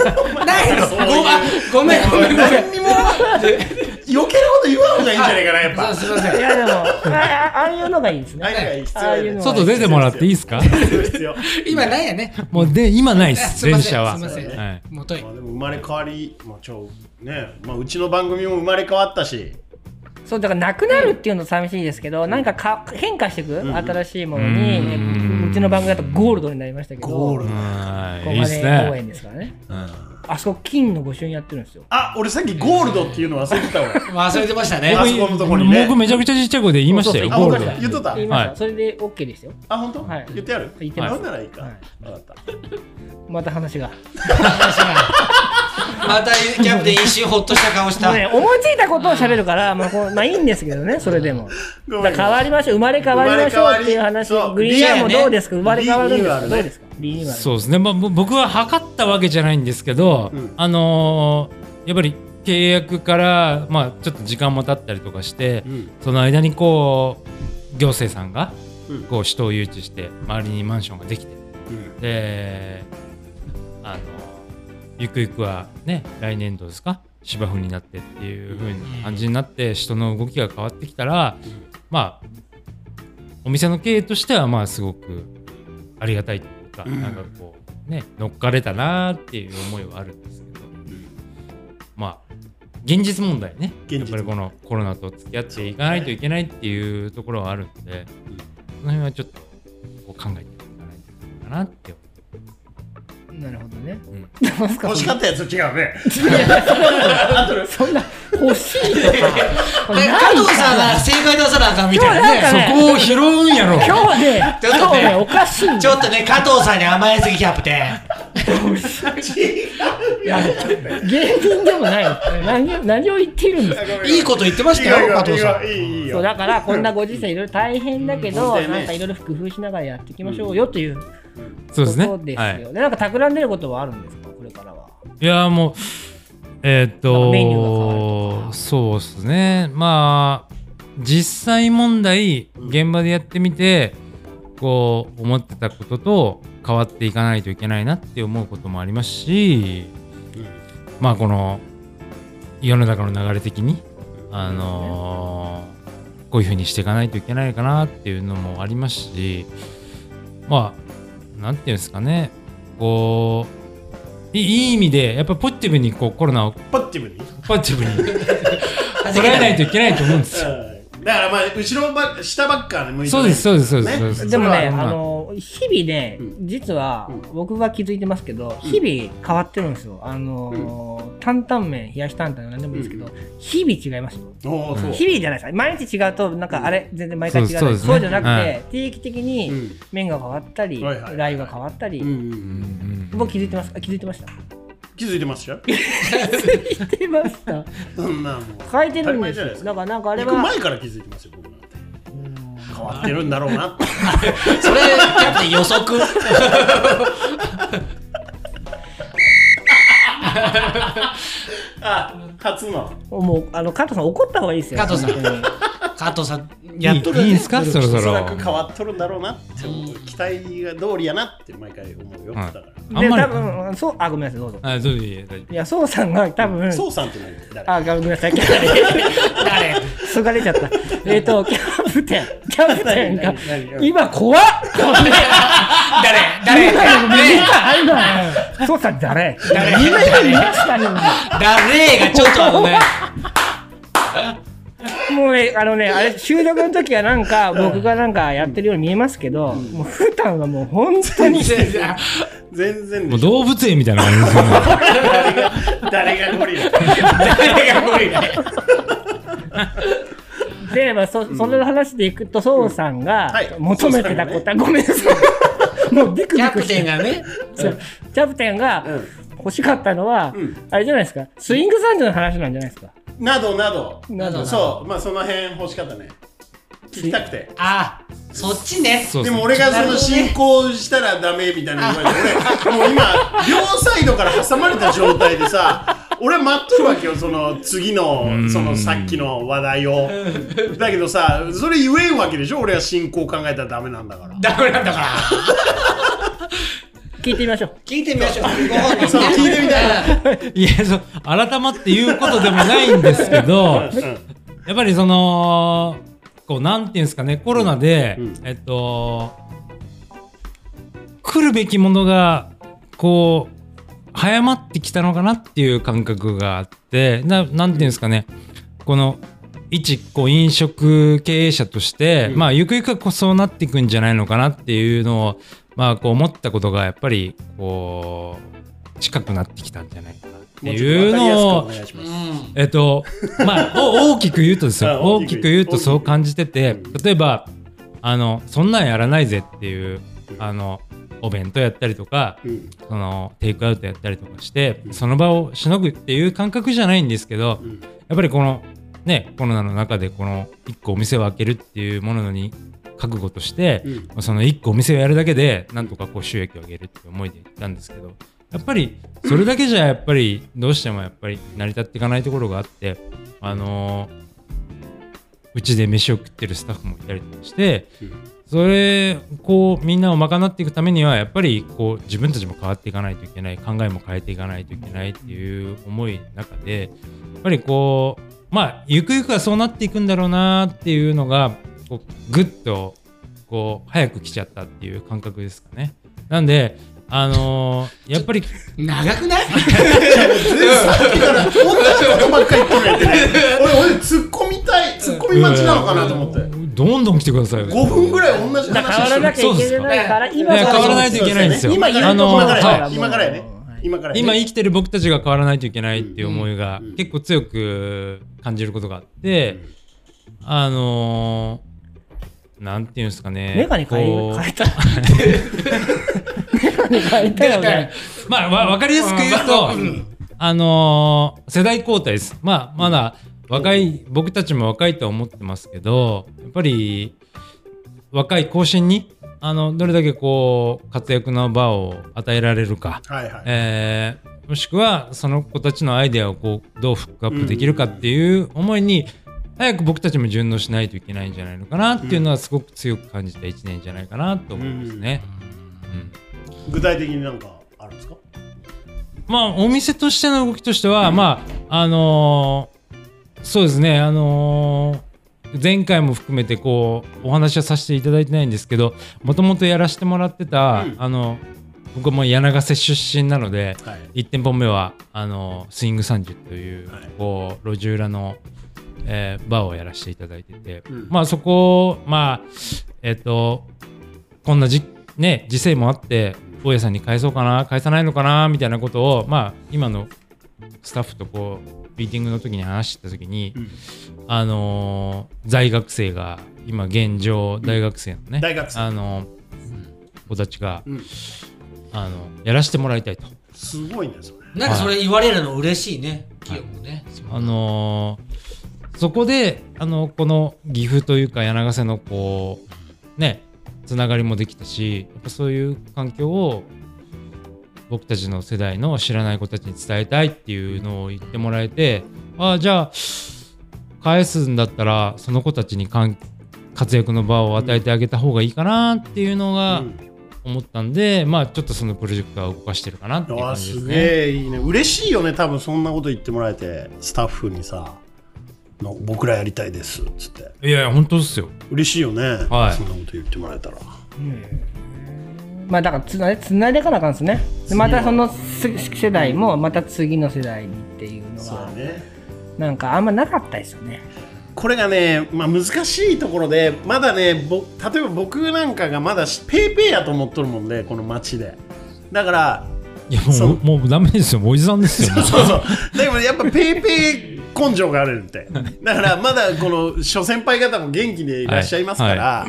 Speaker 2: ないのごあごめんごめんごめん
Speaker 1: 何にも余計なこと言わんほうがいいんじゃないかなやっ
Speaker 2: そう
Speaker 1: ぱ
Speaker 2: すいません
Speaker 3: いや でもああああいうのがいいですね
Speaker 1: 何が必
Speaker 3: ああ
Speaker 1: 要
Speaker 3: い
Speaker 1: や
Speaker 3: う
Speaker 1: ね
Speaker 3: の
Speaker 5: 外出てもらっていいっすか
Speaker 1: 必要
Speaker 2: 今ないやね
Speaker 5: もうで、今ないっ
Speaker 2: あ
Speaker 5: す、
Speaker 2: いま
Speaker 5: 電
Speaker 2: せん
Speaker 5: 車は。
Speaker 2: すいません、
Speaker 5: はい
Speaker 2: もとい
Speaker 1: まあでも生まれ変わりまあちょねまあうちの番組も生まれ変わったし
Speaker 3: そうだからなくなるっていうの寂しいですけど、なんかか変化していく、新しいものに、
Speaker 5: うん
Speaker 3: うちの番組だとゴールドになりましたけど
Speaker 1: ゴールド
Speaker 5: は
Speaker 3: 小
Speaker 5: いいいっす
Speaker 3: 金公園
Speaker 5: ね。
Speaker 3: ですからね
Speaker 5: うん
Speaker 3: あそこ金の御朱印やってるんですよ。
Speaker 1: あ俺さっきゴールドっていうの忘れてたわ
Speaker 2: 忘れてましたね
Speaker 1: あそこのとこにね
Speaker 5: 僕めちゃくちゃちっちゃい声で言いましたよ
Speaker 1: あ
Speaker 5: ゴ
Speaker 1: 本
Speaker 5: ー
Speaker 1: 当
Speaker 5: ルド
Speaker 1: に言っとった
Speaker 3: 言いました。
Speaker 5: はい
Speaker 3: それで OK ですよ。
Speaker 1: あ本当
Speaker 3: はい
Speaker 1: 言ってやる
Speaker 3: 言ってます
Speaker 1: ほんならいいか
Speaker 3: は
Speaker 1: わ
Speaker 3: い
Speaker 1: かった
Speaker 3: また話が。
Speaker 2: またキャプテン一瞬ほっとした顔した
Speaker 3: もうね、思いついたことを喋るから、まあこう、まあいいんですけどね、それでも。
Speaker 1: ごめん
Speaker 3: だから変わりましょう、生まれ変わりましょうっていう話
Speaker 1: 生まれ変わりそ、う
Speaker 3: グリーンヤーもどうですか、
Speaker 1: リ
Speaker 3: 生
Speaker 1: ニュー
Speaker 3: ま
Speaker 1: アル
Speaker 3: れ変わるんです
Speaker 1: リニューアル
Speaker 3: か、ど
Speaker 1: ね
Speaker 3: うですか、リニューアル。
Speaker 5: そうですね、まあ、ぼ僕は測ったわけじゃないんですけど、
Speaker 1: うん
Speaker 5: あのーやっぱり契約から、まあ、ちょっと時間も経ったりとかして、
Speaker 1: うん
Speaker 5: その間にこう行政さんが
Speaker 1: うん
Speaker 5: こう人を誘致して周りにマンションができてであのゆくゆくはね来年度ですか芝生になってっていう風な感じになって人の動きが変わってきたら、まあお店の経営としてはまあすごくありがたいというか、なんかこうね乗っかれたなーっていう思いはあるんですけど、まあ現実問題ね
Speaker 1: 現実
Speaker 5: やっぱりこのコロナと付き合っていかないといけないっていうところはあるんで、
Speaker 1: ん
Speaker 5: その辺はちょっとこう考えていかないといけないかなって思って
Speaker 3: なるほどね。
Speaker 5: ん
Speaker 3: どうですか
Speaker 1: 欲しかったやつ違うね
Speaker 3: そんな欲しいとか。
Speaker 2: で加藤さんが正解出さなあかんみたい
Speaker 3: 今日
Speaker 2: な
Speaker 3: なんか
Speaker 2: ね
Speaker 3: ね
Speaker 5: そこを拾うんやろ
Speaker 3: 今日ね、
Speaker 2: ちょっとね
Speaker 3: 今日ね、おかしいんだ
Speaker 2: ちょっとね加藤さんに甘えすぎキャプテン
Speaker 3: 芸人でもないよ何を何を言っているんですか
Speaker 2: いいこと言ってましたよ加藤さん
Speaker 1: いいよいいよいい
Speaker 3: そう
Speaker 1: よ
Speaker 3: だからこんなご時世いろいろ大変だけど、
Speaker 1: うんうん
Speaker 3: なんかいろいろ工夫しながらやっていきましょうよというこ
Speaker 5: そうですね
Speaker 3: とですよ。
Speaker 5: はい、
Speaker 3: でなんか企んでることはあるんですかこれからは。
Speaker 5: いやーもうえーっ
Speaker 3: なんかメニューが変わると
Speaker 5: と
Speaker 3: か
Speaker 5: そうですねまあ実際問題現場でやってみてこう思ってたことと変わっていかないといけないなって思うこともありますし、まあこの世の中の流れ的にあのーこういうふうにしていかないといけないかなっていうのもありますしまあなんていうんですかねこういいい意味でやっぱポジティブにこうコロナを
Speaker 1: ポジティブに
Speaker 5: ポジティブに捉えないといけないと思うんですよ。
Speaker 1: うんだからまあ後ろば下ばっか向いて
Speaker 5: そうですそうですそうです
Speaker 1: ね
Speaker 5: そうです。
Speaker 3: でもね、
Speaker 5: それは
Speaker 3: あの日々ね、
Speaker 1: うん
Speaker 3: 実は
Speaker 1: うん
Speaker 3: 僕が気づいてますけど、日々変わってるんですよ。あのー、担々麺、冷やし担々麺何でもいいですけど、
Speaker 1: う
Speaker 3: 日々違いますよ。
Speaker 1: おおそう
Speaker 3: 日々じゃないですか。毎日違うと、なんかあれ、全然毎回違う,、
Speaker 5: そう
Speaker 3: そう
Speaker 5: ですそうですね
Speaker 3: じゃなくて、
Speaker 5: はい
Speaker 3: 定期的に
Speaker 1: うん
Speaker 3: 麺が変わったり、
Speaker 1: はいはいはい
Speaker 3: ラー油が変わったり、
Speaker 1: うんうんうん
Speaker 5: うんうん
Speaker 3: 僕気づいてます。あ気づいてました。
Speaker 1: 気づいてますよ
Speaker 3: 気づいてました。
Speaker 1: そんなもう
Speaker 3: 変えて
Speaker 1: 当
Speaker 3: るんです
Speaker 1: たり前じゃないで
Speaker 3: よ。
Speaker 1: す
Speaker 3: だ
Speaker 1: か
Speaker 3: からなんかあれ
Speaker 1: 行く
Speaker 3: は、
Speaker 1: 前から気づいてますよ僕なんて変わってるんだろう なって
Speaker 2: それキャプテン予測
Speaker 1: あ初の
Speaker 3: もう、あの、加藤さん怒った方がいいですよ。
Speaker 2: 加藤さん
Speaker 3: 本当に
Speaker 2: 加藤さん
Speaker 5: い
Speaker 2: やっとる
Speaker 5: いいんすかそろそ
Speaker 1: おそ
Speaker 5: ろ。
Speaker 1: らく変わっとるんだろうなって思う期待が通りやなって毎回思うよ、
Speaker 5: はい
Speaker 1: だから
Speaker 5: あん
Speaker 3: で、
Speaker 5: まり
Speaker 3: 多分、そう、あ、ごめんなさい、どうぞ。
Speaker 5: あどうぞいいえ大丈
Speaker 3: いや、そうさんが多分、
Speaker 1: そうさんって何誰
Speaker 3: あ、ごめんなさい、キャプテン。 誰すがれちゃった。えっと、キャプテン、キャプテンが
Speaker 1: 何何、何
Speaker 3: 今怖っ
Speaker 2: 誰
Speaker 3: 誰
Speaker 2: 誰
Speaker 3: 見た今、そうさん誰
Speaker 2: 誰
Speaker 3: 今今見ましたよ
Speaker 2: 誰がちょっとね
Speaker 3: もうね、あのね、あれ、収録の時はなんか、僕がなんかやってるように見えますけど、もう、普段はもう本当に、
Speaker 1: 全然
Speaker 5: 夫。も
Speaker 1: で
Speaker 5: う
Speaker 1: しょ
Speaker 5: 動物園みたいな感じですよね。
Speaker 1: 誰が誰がゴリラ
Speaker 2: 誰が無理だ
Speaker 3: で、まあ、そ、その話でいくと、そうさんが
Speaker 1: はい
Speaker 3: 求めてたことは、ごめんなさい。もうビク
Speaker 2: キ
Speaker 3: ビ
Speaker 2: ャ
Speaker 3: ク
Speaker 2: プ
Speaker 3: して
Speaker 2: テンがね
Speaker 3: そうキャプテンが
Speaker 1: うん
Speaker 3: 欲しかったのは、
Speaker 1: うん
Speaker 3: あれじゃないですか、スイングサンジの話なんじゃないですか。
Speaker 1: などなど
Speaker 3: などなど
Speaker 1: そうまあその辺欲しかったね聞きたくて
Speaker 2: あそっちね
Speaker 5: そう
Speaker 1: で
Speaker 5: ですね
Speaker 1: も俺が
Speaker 2: な
Speaker 1: そ
Speaker 2: るほ
Speaker 1: の
Speaker 2: どね
Speaker 1: 進行したらダメみたいな言われて俺もう今両サイドから挟まれた状態でさ俺は待っとるわけよその次のそのさっきの話題をだけどさそれ言えんわけでしょ俺は進行考えたらダメなんだから
Speaker 2: ダメなんだから
Speaker 3: 聞いてみましょう。
Speaker 2: 聞いてみましょうご本人ね
Speaker 1: そう聞いてみた
Speaker 5: いやそう改まって言うことでもないんです けどやっぱりそのこうなんていうんですかねコロナで、
Speaker 1: うんうん
Speaker 5: えっと来るべきものがこう早まってきたのかなっていう感覚があってななんていうんですかねこの一こう飲食経営者として、
Speaker 1: うん
Speaker 5: まあゆくゆくはこうそうなっていくんじゃないのかなっていうのをまあこう思ったことがやっぱりこう近くなってきたんじゃないかなって
Speaker 1: もうち
Speaker 5: い
Speaker 1: ょっ
Speaker 5: う
Speaker 1: とわかりやすく
Speaker 5: の
Speaker 1: お
Speaker 5: を
Speaker 1: 願いします。
Speaker 5: えっと、まあ、お大きく言うとですよ。
Speaker 1: あ大
Speaker 5: 大
Speaker 1: き
Speaker 5: き
Speaker 1: く
Speaker 5: く言うと
Speaker 1: 大きく
Speaker 5: そう感じてて、例えば、あの、そんなんやらないぜっていう、あの、お弁当やったりとか、
Speaker 1: うん
Speaker 5: その、テイクアウトやったりとかして、その場をしのぐっていう感覚じゃないんですけど、
Speaker 1: ん
Speaker 5: やっぱりこの、ね、コロナの中でこの一個お店を開けるっていうものに覚悟として、その一個お店をやるだけでなんとかこう収益を上げるっていう思いで行ったんですけどやっぱりそれだけじゃやっぱりどうしてもやっぱり成り立っていかないところがあってあのーうちで飯を食ってるスタッフもいたりとかしてそれこうみんなを賄っていくためにはやっぱりこう自分たちも変わっていかないといけない考えも変えていかないといけないっていう思いの中でやっぱりこうまあゆくゆくはそうなっていくんだろうなっていうのがこうグッとこう早く来ちゃったっていう感覚ですかね。なんであのーやっぱり
Speaker 2: 長く ない
Speaker 1: 同じことばっかり言ってるやんね。俺、俺、突っ込みたい、突っ込み待ちなのかなと思って。
Speaker 5: どんどん来てくださいよ。
Speaker 1: 5分ぐらい同じ
Speaker 3: 変
Speaker 1: 話し
Speaker 3: わ
Speaker 1: て
Speaker 3: ら
Speaker 1: る
Speaker 3: なきゃいけないから、今
Speaker 5: いや変わらないといけないんですよ
Speaker 1: 今言うと
Speaker 5: あの
Speaker 1: 今からや
Speaker 3: は
Speaker 1: ね
Speaker 3: い
Speaker 1: 今からやね。今からやね
Speaker 5: 今生きてる僕たちが変わらないといけないっていう思いが結構強く感じることがあって、あのー、なんていうんですかね
Speaker 3: メガネ変え
Speaker 5: こう
Speaker 3: 変えた。メガネ変えたよね。
Speaker 5: まあわ分かりやすく言うと、あのー世代交代ですまあまだ若い僕たちも若いとは思ってますけどやっぱり若い後進にあのどれだけこう活躍の場を与えられるか
Speaker 1: はいはい。
Speaker 5: えーもしくはその子たちのアイデアをこうどうフックアップできるかっていう思いに早く僕たちも順応しないといけないんじゃないのかなっていうのはすごく強く感じた1年じゃないかなと思いますね。うん
Speaker 1: 具体的になんかあるんですか
Speaker 5: まあお店としての動きとしては、まああのーそうですねあのー前回も含めてこうお話はさせていただいてないんですけどもともとやらせてもらってた、
Speaker 1: うん
Speaker 5: あの僕はもう柳瀬出身なので、
Speaker 1: はい。
Speaker 5: 1店舗目はあのスイング30という,、
Speaker 1: はい
Speaker 5: こう路地裏の、えーバーをやらせていただいてて、
Speaker 1: うん
Speaker 5: まあそこをまあえっ、とこんなじ、ね、時勢もあって大家さんに返そうかな返さないのかなみたいなことをまあ今のスタッフとこうミーティングの時に話してた時に、
Speaker 1: うん
Speaker 5: あのー在学生が今現状大学生のね、
Speaker 1: 大学生
Speaker 5: あの子たちが、
Speaker 1: うん
Speaker 5: あのやらせてもらいたいと。
Speaker 1: すごいね、それ。
Speaker 2: なんかそれ言われるの嬉しいね。清子ね。
Speaker 5: あのーそこであのこの岐阜というか柳瀬のこうねつながりもできたしやっぱそういう環境を僕たちの世代の知らない子たちに伝えたいっていうのを言ってもらえてああじゃあ返すんだったらその子たちにかん活躍の場を与えてあげた方がいいかなっていうのが
Speaker 1: うん
Speaker 5: 思ったんで、まあちょっとそのプロジェクトは動かしてるかなっていう
Speaker 1: わ
Speaker 5: 感
Speaker 1: あ
Speaker 5: じですすね。
Speaker 1: げえいいね嬉しいよね多分そんなこと言ってもらえてスタッフにさの僕らやりたいですっつって
Speaker 5: いやいや本当ですよ。
Speaker 1: 嬉しいよね、
Speaker 5: はい
Speaker 1: そんなこと言ってもらえたら
Speaker 3: まあだからつなつないでいかなあかんですね。でまたそのす世代もまた次の世代にっていうのは
Speaker 1: ね
Speaker 3: なんかあんまなかったですよね。
Speaker 1: これがね、まあ、難しいところでまだねぼ例えば僕なんかがまだしペーペーやと思っとるもんでこの街でだから
Speaker 5: いやも
Speaker 1: そう
Speaker 5: うもうダメですよ。もうおじさんですよ。もう
Speaker 1: そうそうでもやっぱペーペー根性があるってだからまだこの諸先輩方も元気でいらっしゃいますから、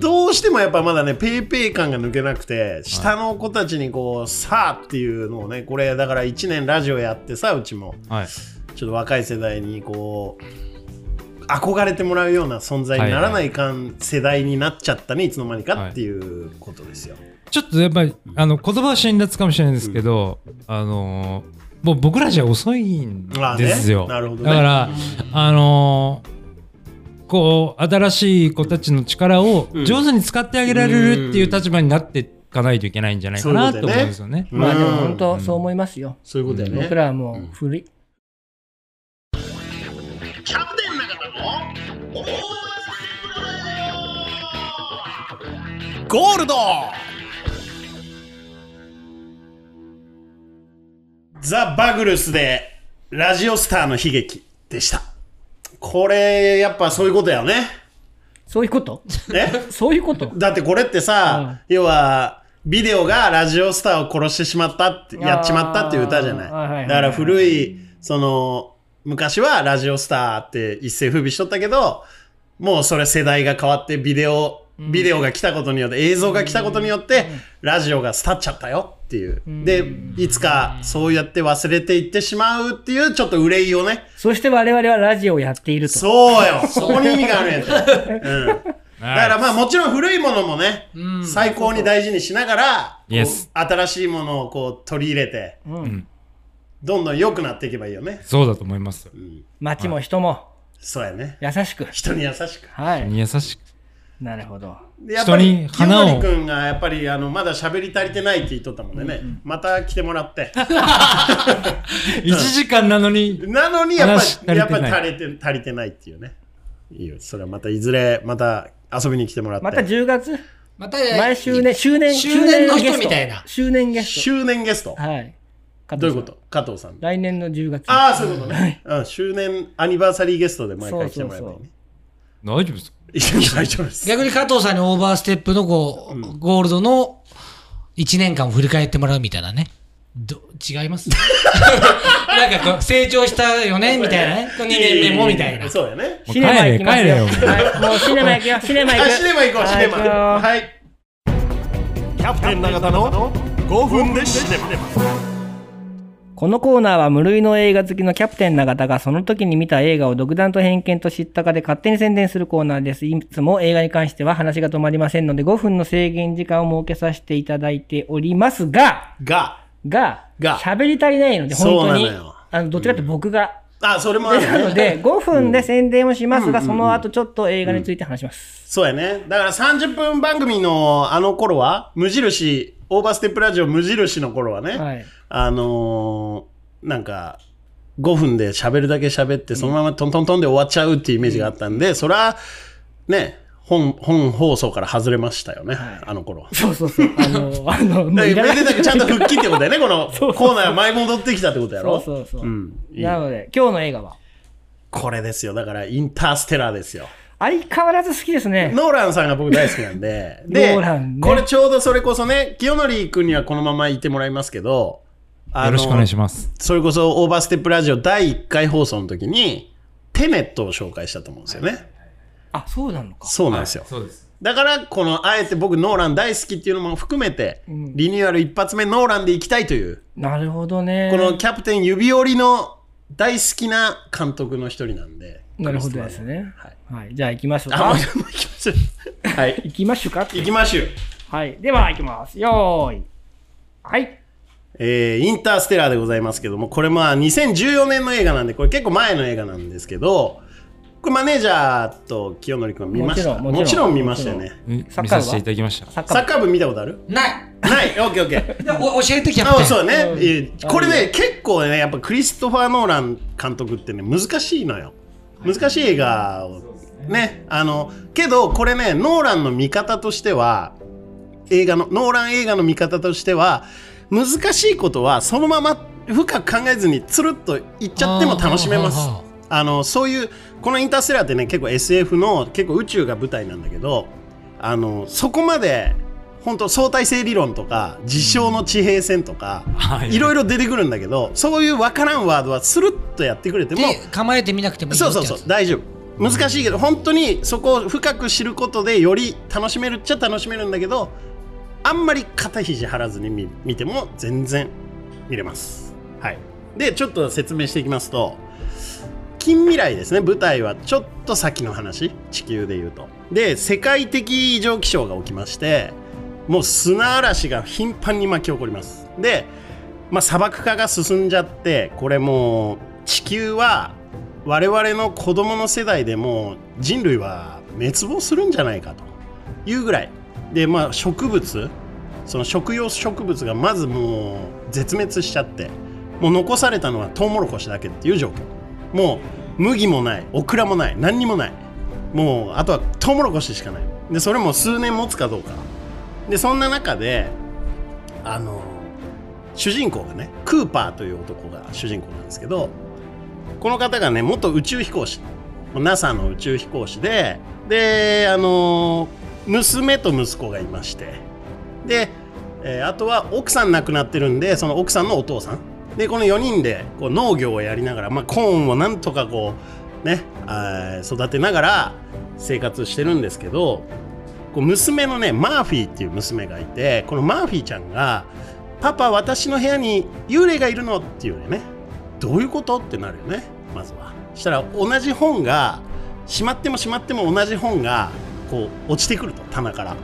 Speaker 1: どうしてもやっぱまだねペーペー感が抜けなくて下の子たちにこうさあっていうのをねこれだから1年ラジオやってさうちも
Speaker 5: はい。
Speaker 1: ちょっと若い世代にこう憧れてもらうような存在にならないかん、世代になっちゃったねいつの間にかっていうことですよ、
Speaker 5: ちょっとやっぱり、あの、言葉は辛辣かもしれないですけど、あのー、もう僕らじゃ遅いん
Speaker 1: まあね
Speaker 5: ですよ。
Speaker 1: なるほどね
Speaker 5: だから、あのー、こう、新しい子たちの力を上手に使ってあげられるっていう立場になっていかないといけないんじゃないかな
Speaker 1: そういう
Speaker 5: と
Speaker 1: ことだよね
Speaker 5: 思うんですよね。
Speaker 3: まあでも
Speaker 1: うん
Speaker 3: 本当そう思いますよ。
Speaker 1: そういうことだよね、
Speaker 3: 僕らはもう古い。
Speaker 6: キャプテン中田のオーバーステップラジ
Speaker 1: ゴールドザ・バグルスでラジオスターの悲劇でした。これ、やっぱそういうことだよね。
Speaker 3: そういうこと？
Speaker 1: ね
Speaker 3: そういうこと？
Speaker 1: だってこれってさ、要は、ビデオがラジオスターを殺してしまったって、やっちまったっていう歌じゃ
Speaker 3: あーはいはいはいは
Speaker 1: ないい。だから古い、その、昔はラジオスターって一世風靡しとったけど、もうそれ世代が変わってビデオ、ビデオが来たことによって、映像が来たことによって、ラジオが廃っちゃったよっていう。で、いつかそうやって忘れていってしまうっていう、ちょっと憂いをね。
Speaker 3: そして我々はラジオをやっていると。
Speaker 1: そうよそこに意味があるんや て。うん。だからまあもちろん古いものもね、最高に大事にしながら、こう
Speaker 5: Yes
Speaker 1: 新しいものをこう取り入れて、
Speaker 5: ん
Speaker 1: どんどん良くなっていけばいいよね。
Speaker 5: そうだと思いますよ。
Speaker 3: 街も人も
Speaker 1: そうやね。
Speaker 3: 優しく。
Speaker 1: 人に優しく。
Speaker 3: はい。
Speaker 5: 優しく。
Speaker 3: なるほど。
Speaker 1: でやっぱり、
Speaker 5: 人に花を
Speaker 1: 清盛君がやっぱりあのまだ喋り足りてないって言っとったもんでね、また来てもらって。
Speaker 5: 1時間なのに、
Speaker 1: なのにやっ
Speaker 5: 話足
Speaker 1: ぱ
Speaker 5: りてな
Speaker 1: り、
Speaker 5: い
Speaker 1: やっぱり足りて、足りてないっていうね。いいよ。それはまたいずれ、また遊びに来てもらって。
Speaker 3: また10月、
Speaker 2: また、
Speaker 3: 毎週ね、周年、
Speaker 2: 周年の人みたい
Speaker 3: ゲス
Speaker 2: な
Speaker 3: ト。周年ゲス
Speaker 1: 周年ゲスト
Speaker 3: ト。。はい。
Speaker 1: どういうこと加藤さん。
Speaker 3: 来年の10月。
Speaker 1: ああ、そういうことね。うん、周年アニバーサリーゲストで毎回来てもらえばいいね。
Speaker 5: 大丈夫ですか
Speaker 1: いや大丈夫です。
Speaker 2: 逆に加藤さんにオーバーステップのこう、ゴールドの1年間を振り返ってもらうみたいなね。ど違 いますなんかこう、成長したよねみたいなね。2年目もみたいな。
Speaker 1: そうやね。
Speaker 5: もう
Speaker 3: シネマ行きますよ。
Speaker 5: 帰れ帰れよ
Speaker 3: はいもうシネマ行くよ。シネマ行
Speaker 1: あ、
Speaker 3: く。
Speaker 1: シネマ行こう、シネマ。
Speaker 3: はい
Speaker 1: はい。
Speaker 7: キャプテン永田の5分でシネマ
Speaker 3: このコーナーは無類の映画好きのキャプテン永田がその時に見た映画を独断と偏見と知ったかで勝手に宣伝するコーナーです。いつも映画に関しては話が止まりませんので5分の制限時間を設けさせていただいておりますが、
Speaker 1: が、
Speaker 3: が、
Speaker 1: が
Speaker 3: 喋り足りないので
Speaker 1: そう
Speaker 3: 本
Speaker 1: な
Speaker 3: 当
Speaker 1: の
Speaker 3: に
Speaker 1: よ、
Speaker 3: あの、どっちかって僕が、
Speaker 1: あ、それもある
Speaker 3: なの
Speaker 1: よね。
Speaker 3: で5分で宣伝をしますが、その後ちょっと映画について話します。
Speaker 1: そうやね。だから30分番組のあの頃は、無印、オーバーステップラジオ無印の頃はね、
Speaker 3: はい
Speaker 1: あのーなんか、5分で喋るだけ喋って、そのままトントントンで終わっちゃうっていうイメージがあったんで、それは、ね、本、本放送から外れましたよね、あの頃。
Speaker 3: そうそう そう。あの、あの、もう
Speaker 1: め
Speaker 3: いらな
Speaker 1: で
Speaker 3: い
Speaker 1: たくちゃんと復帰ってことだよね、この コーナーが前戻ってきたってことや
Speaker 3: そ
Speaker 1: ろ。
Speaker 3: うそうそう。
Speaker 1: んいい
Speaker 3: なので、今日の映画は、
Speaker 1: これですよ、だからインターステラーですよ。
Speaker 3: 相変わらず好きですね。
Speaker 1: ノーランさんが僕大好きなんで、
Speaker 3: ノーランね
Speaker 1: これちょうどそれこそね、清則君にはこのままいてもらいますけど、
Speaker 5: よろしくお願いし
Speaker 1: ま
Speaker 5: ます。
Speaker 1: す。それこそオーバーステップラジオ第1回放送の時に、テネットを紹介したと思うんですよね。
Speaker 3: あ、そうなのか。
Speaker 1: そうなんですよ。
Speaker 5: そうです。
Speaker 1: だから、この、あえて僕、ノーラン大好きっていうのも含めて、リニューアル一発目ノーランでいきたいという、
Speaker 3: なるほどね。
Speaker 1: このキャプテン指折りの大好きな監督の一人なんで。
Speaker 3: なるほどですね。
Speaker 1: はい。
Speaker 3: はい。じゃあ行きましょう
Speaker 1: あ、も
Speaker 3: か
Speaker 1: う。行きましょ う。はい。
Speaker 3: 行きましょうか。
Speaker 1: 行きましょう。
Speaker 3: はい。では行きます。よーい。はい。
Speaker 1: えーインターステラーでございますけども、これまあ2014年の映画なんで、これ結構前の映画なんですけど、これマネージャーと清則君見ました
Speaker 3: もちろんもちろん
Speaker 1: 見ましたよね。
Speaker 5: 見
Speaker 3: サッカーは
Speaker 5: させていただきました。
Speaker 3: サッカ
Speaker 1: サ
Speaker 3: ー
Speaker 1: ッカー部見たことあ る
Speaker 2: ない
Speaker 1: ない。オッケーオッケー。
Speaker 2: でお教えてきゃ
Speaker 1: あ
Speaker 2: っ
Speaker 1: そう
Speaker 2: て。
Speaker 1: ね、
Speaker 3: うん
Speaker 1: いえこれね結構ねやっぱクリストファー・ノーラン監督ってね難しいのよ難しい映画をねあのけどこれねノーランの見方としては映画のノーラン映画の見方としては難しいことはそのまま深く考えずにつるっといっちゃっても楽しめます
Speaker 2: あーはあは
Speaker 1: あのそういうこの「インターステラー」ってね結構 SF の結構宇宙が舞台なんだけどあのそこまで本当相対性理論とか事象の地平線とか、
Speaker 5: はい
Speaker 1: いろいろ出てくるんだけどそういう分からんワードはスルッとやってくれても
Speaker 2: で構えてみなくてもいいよ
Speaker 1: そう
Speaker 2: って
Speaker 1: そう
Speaker 2: やつ
Speaker 1: そう大丈夫難しいけど本当にそこを深く知ることでより楽しめるっちゃ楽しめるんだけどあんまり肩肘張らずに見見ても全然見れますはいでちょっと説明していきますと近未来ですね舞台はちょっと先の話地球でいうとで世界的異常気象が起きましてもう砂嵐が頻繁に巻き起こりますで、まあ、砂漠化が進んじゃってこれもう地球は我々の子供の世代でもう人類は滅亡するんじゃないかというぐらいでまあ植物その食用植物がまずもう絶滅しちゃってもう残されたのはトウモロコシだけっていう状況もう麦もないオクラもない何にもないもうあとはトウモロコシしかないでそれも数年持つかどうかでそんな中であの主人公がねクーパーという男が主人公なんですけどこの方がね元宇宙飛行士 NASA の宇宙飛行士でであの娘と息子がいましてでえーあとは奥さん亡くなってるんでその奥さんのお父さんでこの4人でこう農業をやりながら、まあ、コーンをなんとかこうねあー育てながら生活してるんですけどこう娘のねマーフィーっていう娘がいてこのマーフィーちゃんが「パパ私の部屋に幽霊がいるの」っていうねどういうことってなるよねまずはしたら同じ本がしまってもしまっても同じ本がこう落ちてくると棚から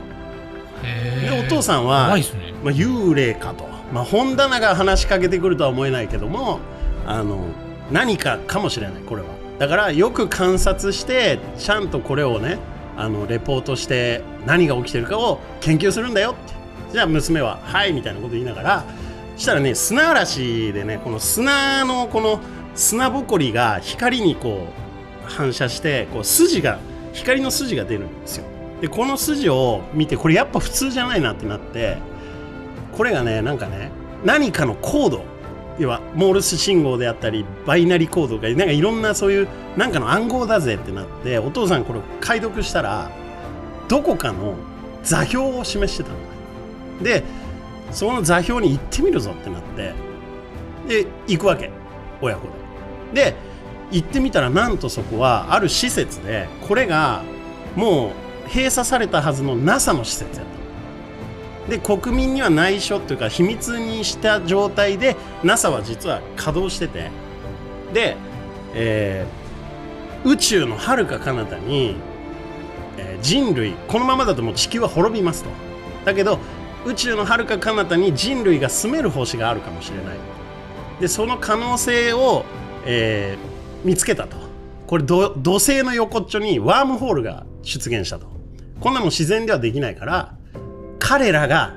Speaker 1: でお父
Speaker 2: さ
Speaker 1: さん
Speaker 2: ん
Speaker 1: は
Speaker 2: 怖いですね
Speaker 1: まあ、幽霊かと、まあ、本棚が話しかけてくるとは思えないけどもあの何かかもしれないこれはだからよく観察してちゃんとこれをねあのレポートして何が起きてるかを研究するんだよってじゃあ娘は「はい」みたいなこと言いながらしたらね砂嵐でねこの砂のこの砂ぼこりが光にこう反射してこう筋が光の筋が出るんですよでこの筋を見てこれやっぱ普通じゃないなってなってこれがねなんかね何かのコード要はモールス信号であったりバイナリコードがなんかいろんなそういうなんかの暗号だぜってなってお父さんこれ解読したらどこかの座標を示してたのねでその座標に行ってみるぞってなってで行くわけ親子でで行ってみたらなんとそこはある施設でこれがもう閉鎖されたはずの NASA の施設やったので国民には内緒というか秘密にした状態で NASA は実は稼働しててで、えー宇宙のはるか彼方に、えー人類このままだともう地球は滅びますとだけど宇宙のはるか彼方に人類が住める星があるかもしれないでその可能性を、えー見つけたとこれど土星の横っちょにワームホールが出現したとこんなもん自然ではできないから彼らが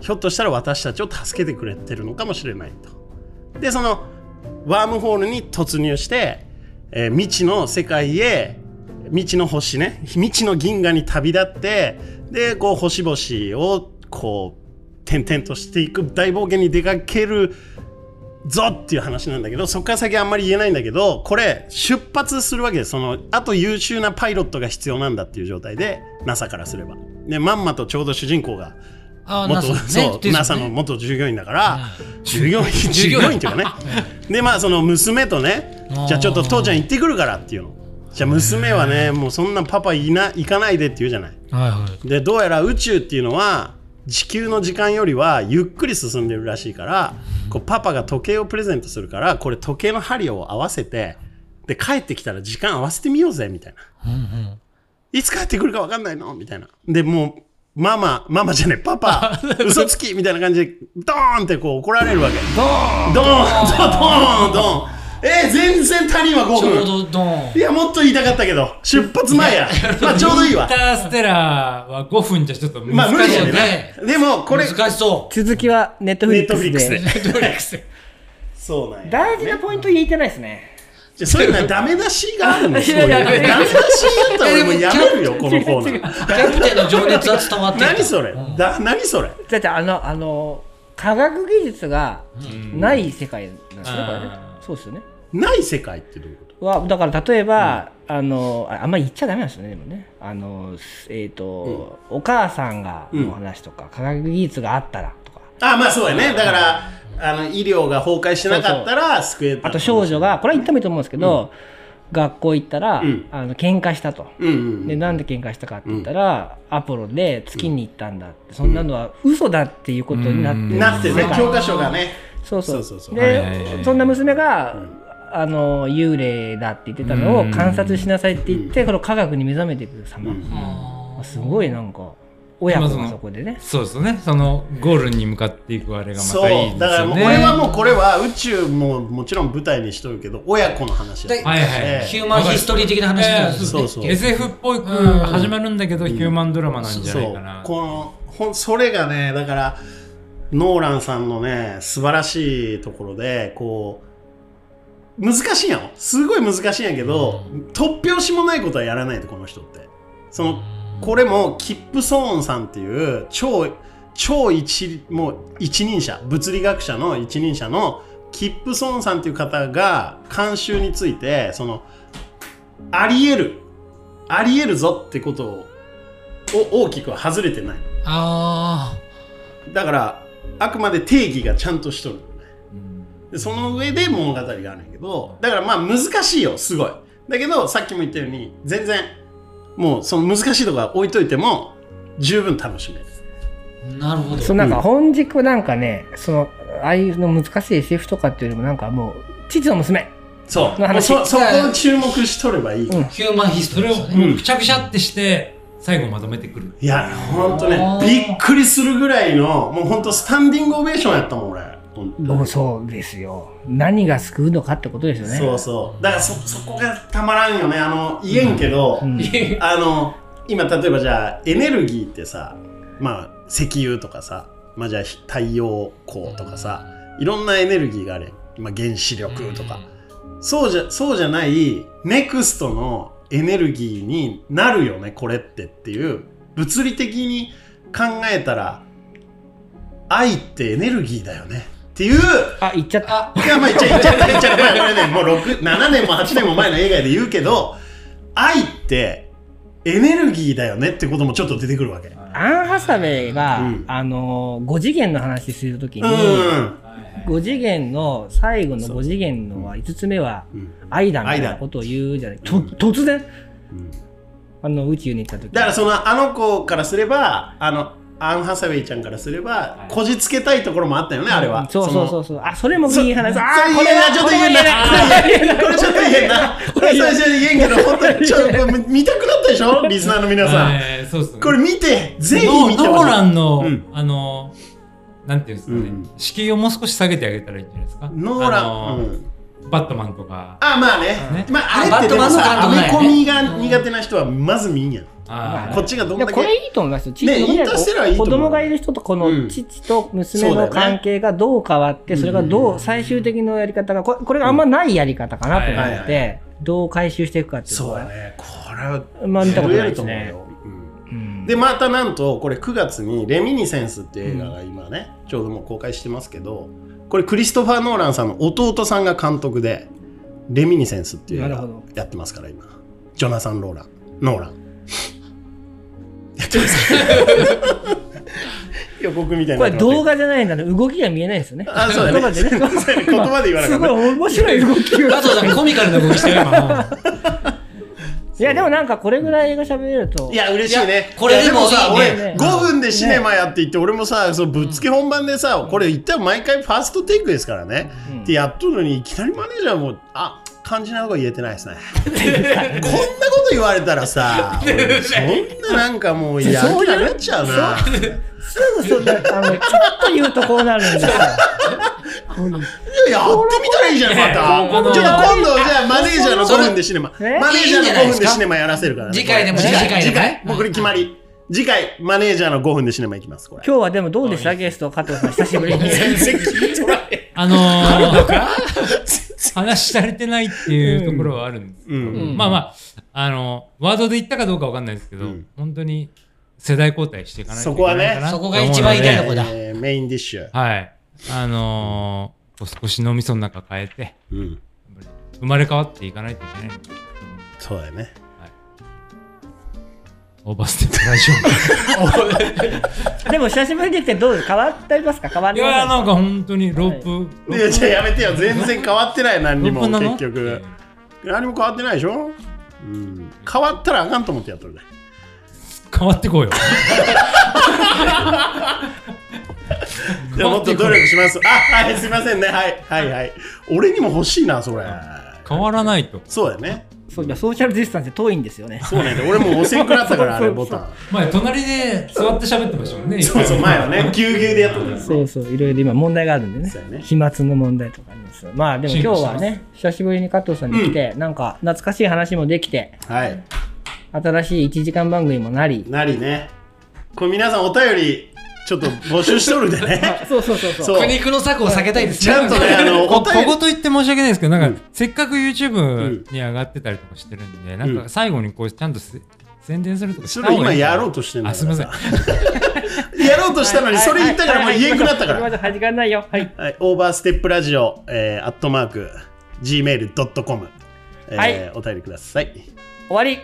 Speaker 1: ひょっとしたら私たちを助けてくれてるのかもしれないと。でそのワームホールに突入して、えー未知の世界へ未知の星ね未知の銀河に旅立ってでこう星々をこう転々としていく大冒険に出かけるぞっていう話なんだけどそこから先あんまり言えないんだけどこれ出発するわけですそのあと優秀なパイロットが必要なんだっていう状態で NASA からすればでまんまとちょうど主人公が
Speaker 2: あ
Speaker 1: 元
Speaker 2: NASA ね
Speaker 1: そう
Speaker 2: ですよね
Speaker 1: NASA の元従業員だから
Speaker 2: う
Speaker 1: 従業員従業員っていうかねでまあその娘とね
Speaker 2: あー
Speaker 1: じゃあちょっと父ちゃん行ってくるからっていうのじゃあ娘はねもうそんなパパいな行かないでって言うじゃない
Speaker 2: はいはい
Speaker 1: でどうやら宇宙っていうのは地球の時間よりはゆっくり進んでるらしいからこうパパが時計をプレゼントするからこれ時計の針を合わせてで帰ってきたら時間合わせてみようぜみたいな、いつ帰ってくるか分かんないのみたいなでもうママママじゃねえパ パ嘘つきみたいな感じでドーンってこう怒られるわけドーンドーンドーンドーンえー全然足りんわ5
Speaker 2: ちょう
Speaker 1: 分
Speaker 2: どドン
Speaker 1: いやもっと言いたかったけど出発前やまあちょうどいいわ
Speaker 5: インターステラーは5分じゃちょっと難しい。
Speaker 1: まあ無理だよね
Speaker 2: ね。
Speaker 1: でもこれ、
Speaker 2: 難しそう
Speaker 3: 続きはネットフ
Speaker 1: ネ
Speaker 3: リ
Speaker 1: ッ
Speaker 3: ック
Speaker 1: トフリ
Speaker 3: ス
Speaker 1: ックス
Speaker 3: で
Speaker 1: で。そうなんや。
Speaker 3: 大事なポイント言えてないですね
Speaker 1: じゃあそういうのはダメ出しがあるの。
Speaker 3: い
Speaker 1: そうい
Speaker 3: や
Speaker 1: う
Speaker 3: いや
Speaker 1: ダメ出しだったら俺もうやめるよ、このコ
Speaker 3: 違う違
Speaker 1: ー
Speaker 3: う
Speaker 1: ナー。
Speaker 2: キャプテンの情熱は伝わってる
Speaker 1: 何それだ何それ
Speaker 3: だってあのあの科学技術がない世界なんですね、これねそうですよね
Speaker 1: ない世界ってどういうこと
Speaker 3: はだから例えば、あのああんまり言っちゃダメなんですよねでもねあのすえっ、と、お母さんがの話とか、科学技術があったらとか
Speaker 1: あ、まあそうやね。だから、あの、医療が崩壊してなかったら救えた。
Speaker 3: あと少女がこれは言ってもいいと思うんですけど、学校行ったら、
Speaker 1: ん
Speaker 3: あの喧嘩したと。
Speaker 1: うんうん。
Speaker 3: でなんで喧嘩したかって言ったら、アポロで月に行ったんだって、そんなのは嘘だっていうことになってるんですよ
Speaker 1: なってね、教科書がね。
Speaker 3: そうそう
Speaker 1: そうそうそう
Speaker 5: はいはいはい
Speaker 3: でそんな娘が、あの幽霊だって言ってたのを観察しなさいって言って、この科学に目覚めていく様、すごいなんか親子がそこでね
Speaker 5: そうですね。そのゴールに向かっていくあれがま
Speaker 1: そ
Speaker 5: たいいですよ
Speaker 1: う。
Speaker 5: ね。
Speaker 1: だからもう俺はもうこれは宇宙ももちろん舞台にしとるけど、親子の話だ
Speaker 2: で
Speaker 5: はいはい
Speaker 1: ええ
Speaker 2: ヒューマンヒストリー的な話なんです
Speaker 1: そ
Speaker 2: ね
Speaker 1: うそう
Speaker 5: SF っぽく始まるんだけど、ヒューマンドラマなんじゃな
Speaker 1: そ
Speaker 5: いうかな。
Speaker 1: このほんそれがねだからノーランさんのね素晴らしいところでこう難しいんやんすごい難しいんやけど、突拍子もないことはやらないとこの人ってそのこれもキップ・ソーンさんっていう超超一もう一人者物理学者の一人者のキップ・ソーンさんっていう方が監修についてそのあり得るあり得るぞってことをお大きくは外れてない
Speaker 2: ああ
Speaker 1: だからあくまで定義がちゃんとしとるのねでその上で物語があるんやけどだからまあ難しいよすごいだけどさっきも言ったように全然もうその難しいとこは置いといても十分楽しめる
Speaker 2: なるほど
Speaker 3: そのなんか本軸なんかね、そのああいうの難しい SF とかっていうよりもなんかもう父の娘
Speaker 1: そう
Speaker 3: の話
Speaker 1: もうそそこを注目しとればいい、
Speaker 3: うん
Speaker 2: ヒューマンヒスト
Speaker 5: そ
Speaker 2: リー
Speaker 5: れを
Speaker 2: ですよね、
Speaker 5: もうくちゃくちゃってして最後まとめてくる
Speaker 1: いやほんとね
Speaker 2: あー
Speaker 1: びっくりするぐらいのもうほんとスタンディングオベーションやったもん俺ほんと
Speaker 3: おそうですよ何が救うのかってことですよね
Speaker 1: そうそうだからそそこがたまらんよねあの言えんけど、
Speaker 3: うん
Speaker 1: あの今例えばじゃあエネルギーってさまあ石油とかさまあじゃあ太陽光とかさいろんなエネルギーがあるやん、まあ、原子力とか、そうじゃそうじゃないネクストのエネルギーになるよねこれってっていう物理的に考えたら愛ってエネルギーだよねっていう
Speaker 3: あ言っちゃった
Speaker 1: いや、まあ、言っちゃ言っちゃった、言っちゃった。まあ、これね、もう6、7年も8年も前の映画で言うけど、愛ってエネルギーだよねってこともちょっと出てくるわけ。う
Speaker 3: アン・ハサウェイが、
Speaker 1: うん
Speaker 3: あの5次元の話するときに、
Speaker 1: ん。
Speaker 3: 5次元の最後の5次元のは5つ目は
Speaker 1: うん
Speaker 3: 愛だみたいなことを言うじゃない、と突然、あの宇宙に行った時
Speaker 1: だから、その、あの子からすれば、あの、アン・ハサウェイちゃんからすれば、こじつけたいところもあったよね、あれは。
Speaker 3: そうそうそうそうあそれも
Speaker 1: そ
Speaker 3: いい話あ
Speaker 1: そ
Speaker 3: あ
Speaker 1: れ
Speaker 3: これ
Speaker 1: 言えな
Speaker 3: はい
Speaker 1: ちょっと
Speaker 3: これ
Speaker 1: 言えない。
Speaker 3: は言えない
Speaker 1: これちょっと言えんな。これ最初に言えんけど、本当にちょっと見たくなったでしょリスナーの皆さん。
Speaker 5: えーそうっすね
Speaker 1: これ見て、ぜひ
Speaker 5: ノ
Speaker 1: 見て
Speaker 5: ノ
Speaker 1: ほ
Speaker 5: ー
Speaker 1: しい
Speaker 5: ラ。ンの、
Speaker 1: うん
Speaker 5: あのなんていうんですかね、
Speaker 1: うん
Speaker 5: 敷居をもう少し下げてあげたらいいんじゃないですか
Speaker 1: ノーラ
Speaker 5: あ
Speaker 1: ン。
Speaker 5: の
Speaker 1: うん
Speaker 5: バットマンとか
Speaker 1: あまあね
Speaker 5: ね
Speaker 1: まあ
Speaker 2: あ
Speaker 1: あれってでも
Speaker 2: バッ
Speaker 1: さ
Speaker 2: ト
Speaker 1: ア
Speaker 2: マンの監
Speaker 1: メ
Speaker 2: 督
Speaker 1: コ
Speaker 2: だよね
Speaker 1: ミが苦手な人はまず見んやん
Speaker 5: あー
Speaker 1: こっちがどん
Speaker 3: いや
Speaker 1: だ
Speaker 3: こ
Speaker 1: け
Speaker 3: れいいと思いますよ。父
Speaker 1: ね
Speaker 3: みんな
Speaker 1: インターステラーいいと
Speaker 3: 子
Speaker 1: 思う
Speaker 3: 供がいる人とこ
Speaker 1: うん
Speaker 3: の父と娘
Speaker 1: そうだよ
Speaker 3: の
Speaker 1: ね
Speaker 3: 関係がどう変わって、それがどう最終的なやり方が、これこれがあんまないやり方かなと
Speaker 1: はい
Speaker 3: 思
Speaker 1: は
Speaker 3: っ
Speaker 1: い
Speaker 3: て、どう回収していくかっていうの
Speaker 1: そう
Speaker 3: は
Speaker 1: だねこれは
Speaker 3: あんま見たこと
Speaker 1: 増え
Speaker 3: ない
Speaker 1: ると
Speaker 3: です
Speaker 1: 思う
Speaker 3: ね。
Speaker 1: ようん
Speaker 3: うん
Speaker 1: でまたなんとこれ9月に「レミニセンス」っていう映画が今ねちょうどもう公開してますけどこれクリストファー・ノーランさんの弟さんが監督で「レミニセンス」っていう映
Speaker 3: な
Speaker 1: 画
Speaker 3: るほど
Speaker 1: やってますから今ジョナサン・ローランノー ランやってます 予告みたいに
Speaker 3: こ
Speaker 1: なっ
Speaker 3: れ
Speaker 1: てますけど
Speaker 3: 動画じゃないんだね。動きが見えないですよね。
Speaker 1: あそうだね
Speaker 3: 言葉でね。
Speaker 1: 言葉で言わなか
Speaker 3: す
Speaker 1: った
Speaker 3: ごい面白い動きが。
Speaker 2: 加藤さんコミカルな動きしてる今
Speaker 3: いや、でもなんかこれぐらい映画喋れると
Speaker 1: い。や、嬉しいね。
Speaker 2: これ
Speaker 1: いや
Speaker 2: でも
Speaker 1: さ、
Speaker 2: いい
Speaker 3: ね
Speaker 1: 俺、5分でシネマやって言って、俺もさ、そのぶっつけ本番でさ、これ言ったら毎回ファーストテイクですからね。ってやっとるのに、いきなりマネージャーも、あ、肝心なこと言えてない ですね。こんなこと言われたらさ、俺そんななんかもう、やる気なくなっちゃうな。
Speaker 3: すぐそんな、あの、ちょっと言うとこうなるんですよ。
Speaker 1: いや、やってみたらいいじゃん、ま
Speaker 5: こ
Speaker 1: た。
Speaker 5: の
Speaker 1: ちょっと今度、じゃあマネージャーの5分でシネマ。マ
Speaker 3: れ
Speaker 1: ネージャーの
Speaker 2: いいんじゃない
Speaker 1: 5
Speaker 2: で
Speaker 1: 分
Speaker 2: す
Speaker 1: で
Speaker 2: か
Speaker 1: シネマやらせるからね。
Speaker 2: 次回でも
Speaker 1: これ
Speaker 2: 次回でもね
Speaker 1: 次もうこれ決まり。次回、マネージャーの5分でシネマ行きます、これ。
Speaker 3: 今日はでもどうでしたゲスト、加藤さん、久しぶりに。
Speaker 1: 全然聞いとらへん。
Speaker 5: あのー、 話しされてないっていうところはあるんですけど、
Speaker 1: うん
Speaker 5: まあまあ、あのワードで言ったかどうかわかんないですけど、
Speaker 1: うん
Speaker 5: 本当に世代交代していかないとい
Speaker 1: そこ
Speaker 5: けな
Speaker 1: はいね
Speaker 5: かなと
Speaker 2: そ
Speaker 5: 思
Speaker 2: こ
Speaker 5: うの
Speaker 2: が
Speaker 5: で、
Speaker 2: 一番痛いとこだ
Speaker 1: えーメインディッシュ。
Speaker 5: はい。あのー、お少し脳みその中変えて、
Speaker 1: うん。
Speaker 5: 生まれ変わっていかないといけない。
Speaker 1: そうだよね。
Speaker 5: オーバーステップラジ
Speaker 3: でも久しぶりに来てどう変わってますか変 わ
Speaker 5: オ。
Speaker 3: り
Speaker 5: いやー
Speaker 3: ま
Speaker 5: なんか本当にロープ、ロ
Speaker 1: いや、
Speaker 5: ー
Speaker 1: じゃあやめてよ。全然変わってない、何
Speaker 5: プ
Speaker 1: にも
Speaker 5: ロープな。の
Speaker 1: 結局。何も変わってないでしょうん。変わったらあかんと思ってやっとるね。
Speaker 5: 変わって こうよ。
Speaker 1: じゃあもっと努力します。あ、はい、すいませんね。はい、はい、はい。俺にも欲しいな、それ。
Speaker 5: 変わらない と。
Speaker 1: そうだよね。
Speaker 3: すそうじゃソーシャルディスタンスって遠いんですよね
Speaker 1: そうね。俺もう汚染くなったから、あ
Speaker 3: そうそうそ
Speaker 1: れ
Speaker 3: う
Speaker 1: ボタン。
Speaker 5: 前、隣で座って喋ってましたもんね。
Speaker 1: そうそう、前はね。ぎゅうぎゅうでやっとるから。
Speaker 3: そうそういろいろ今問題があるんでね
Speaker 1: そうやね
Speaker 3: 飛沫の問題とかありますよまあでも今日はね久しぶりに加藤さんに来て、なんか懐かしい話もできて
Speaker 1: はい。
Speaker 3: 新しい1時間番組もなり
Speaker 1: なりね。これ皆さんお便り、ちょっと募集しとるんで ね。
Speaker 3: そうそうそうそう
Speaker 1: そう。
Speaker 2: 苦肉の策を避けたいです
Speaker 1: ちゃんとね、あの、
Speaker 5: こ
Speaker 1: お便
Speaker 5: 小
Speaker 1: り。
Speaker 5: 言言って申し訳ないですけど、なん
Speaker 1: う
Speaker 5: か、せっかく YouTube に上がってたりとかしてるんで、なんか最後にこう、ちゃんとせ宣伝するとか
Speaker 1: それ今やろう
Speaker 5: と。
Speaker 1: としてんだ
Speaker 5: あ、
Speaker 1: か
Speaker 5: すみ
Speaker 1: ら
Speaker 5: ま
Speaker 1: さ
Speaker 5: せん。
Speaker 1: やろうとしたのに、それ言ったからもう言えんくなったか
Speaker 3: はいは
Speaker 1: ら。
Speaker 3: いはいはい行きましょう行きましょう時間ないよはい
Speaker 1: はい、オーバーステップラジオ、えー、アットマーク、gmail.com、えー
Speaker 3: はい
Speaker 1: お便りください。
Speaker 3: 終わり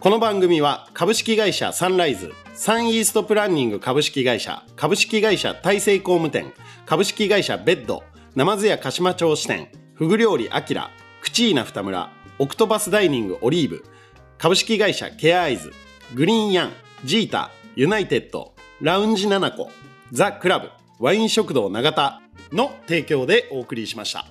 Speaker 1: この番組は株式会社サンライズ、サンイーストプランニング株式会社、株式会社大成工務店、株式会社ベッド、ナマズ屋鹿島町支店、フグ料理アキラ、クチーナ二村、オクトパスダイニングオリーブ、株式会社ケアアイズ、グリーンヤン、ジータ、ユナイテッド、ラウンジナナコ、ザ・クラブ、ワイン食堂永田の提供でお送りしました。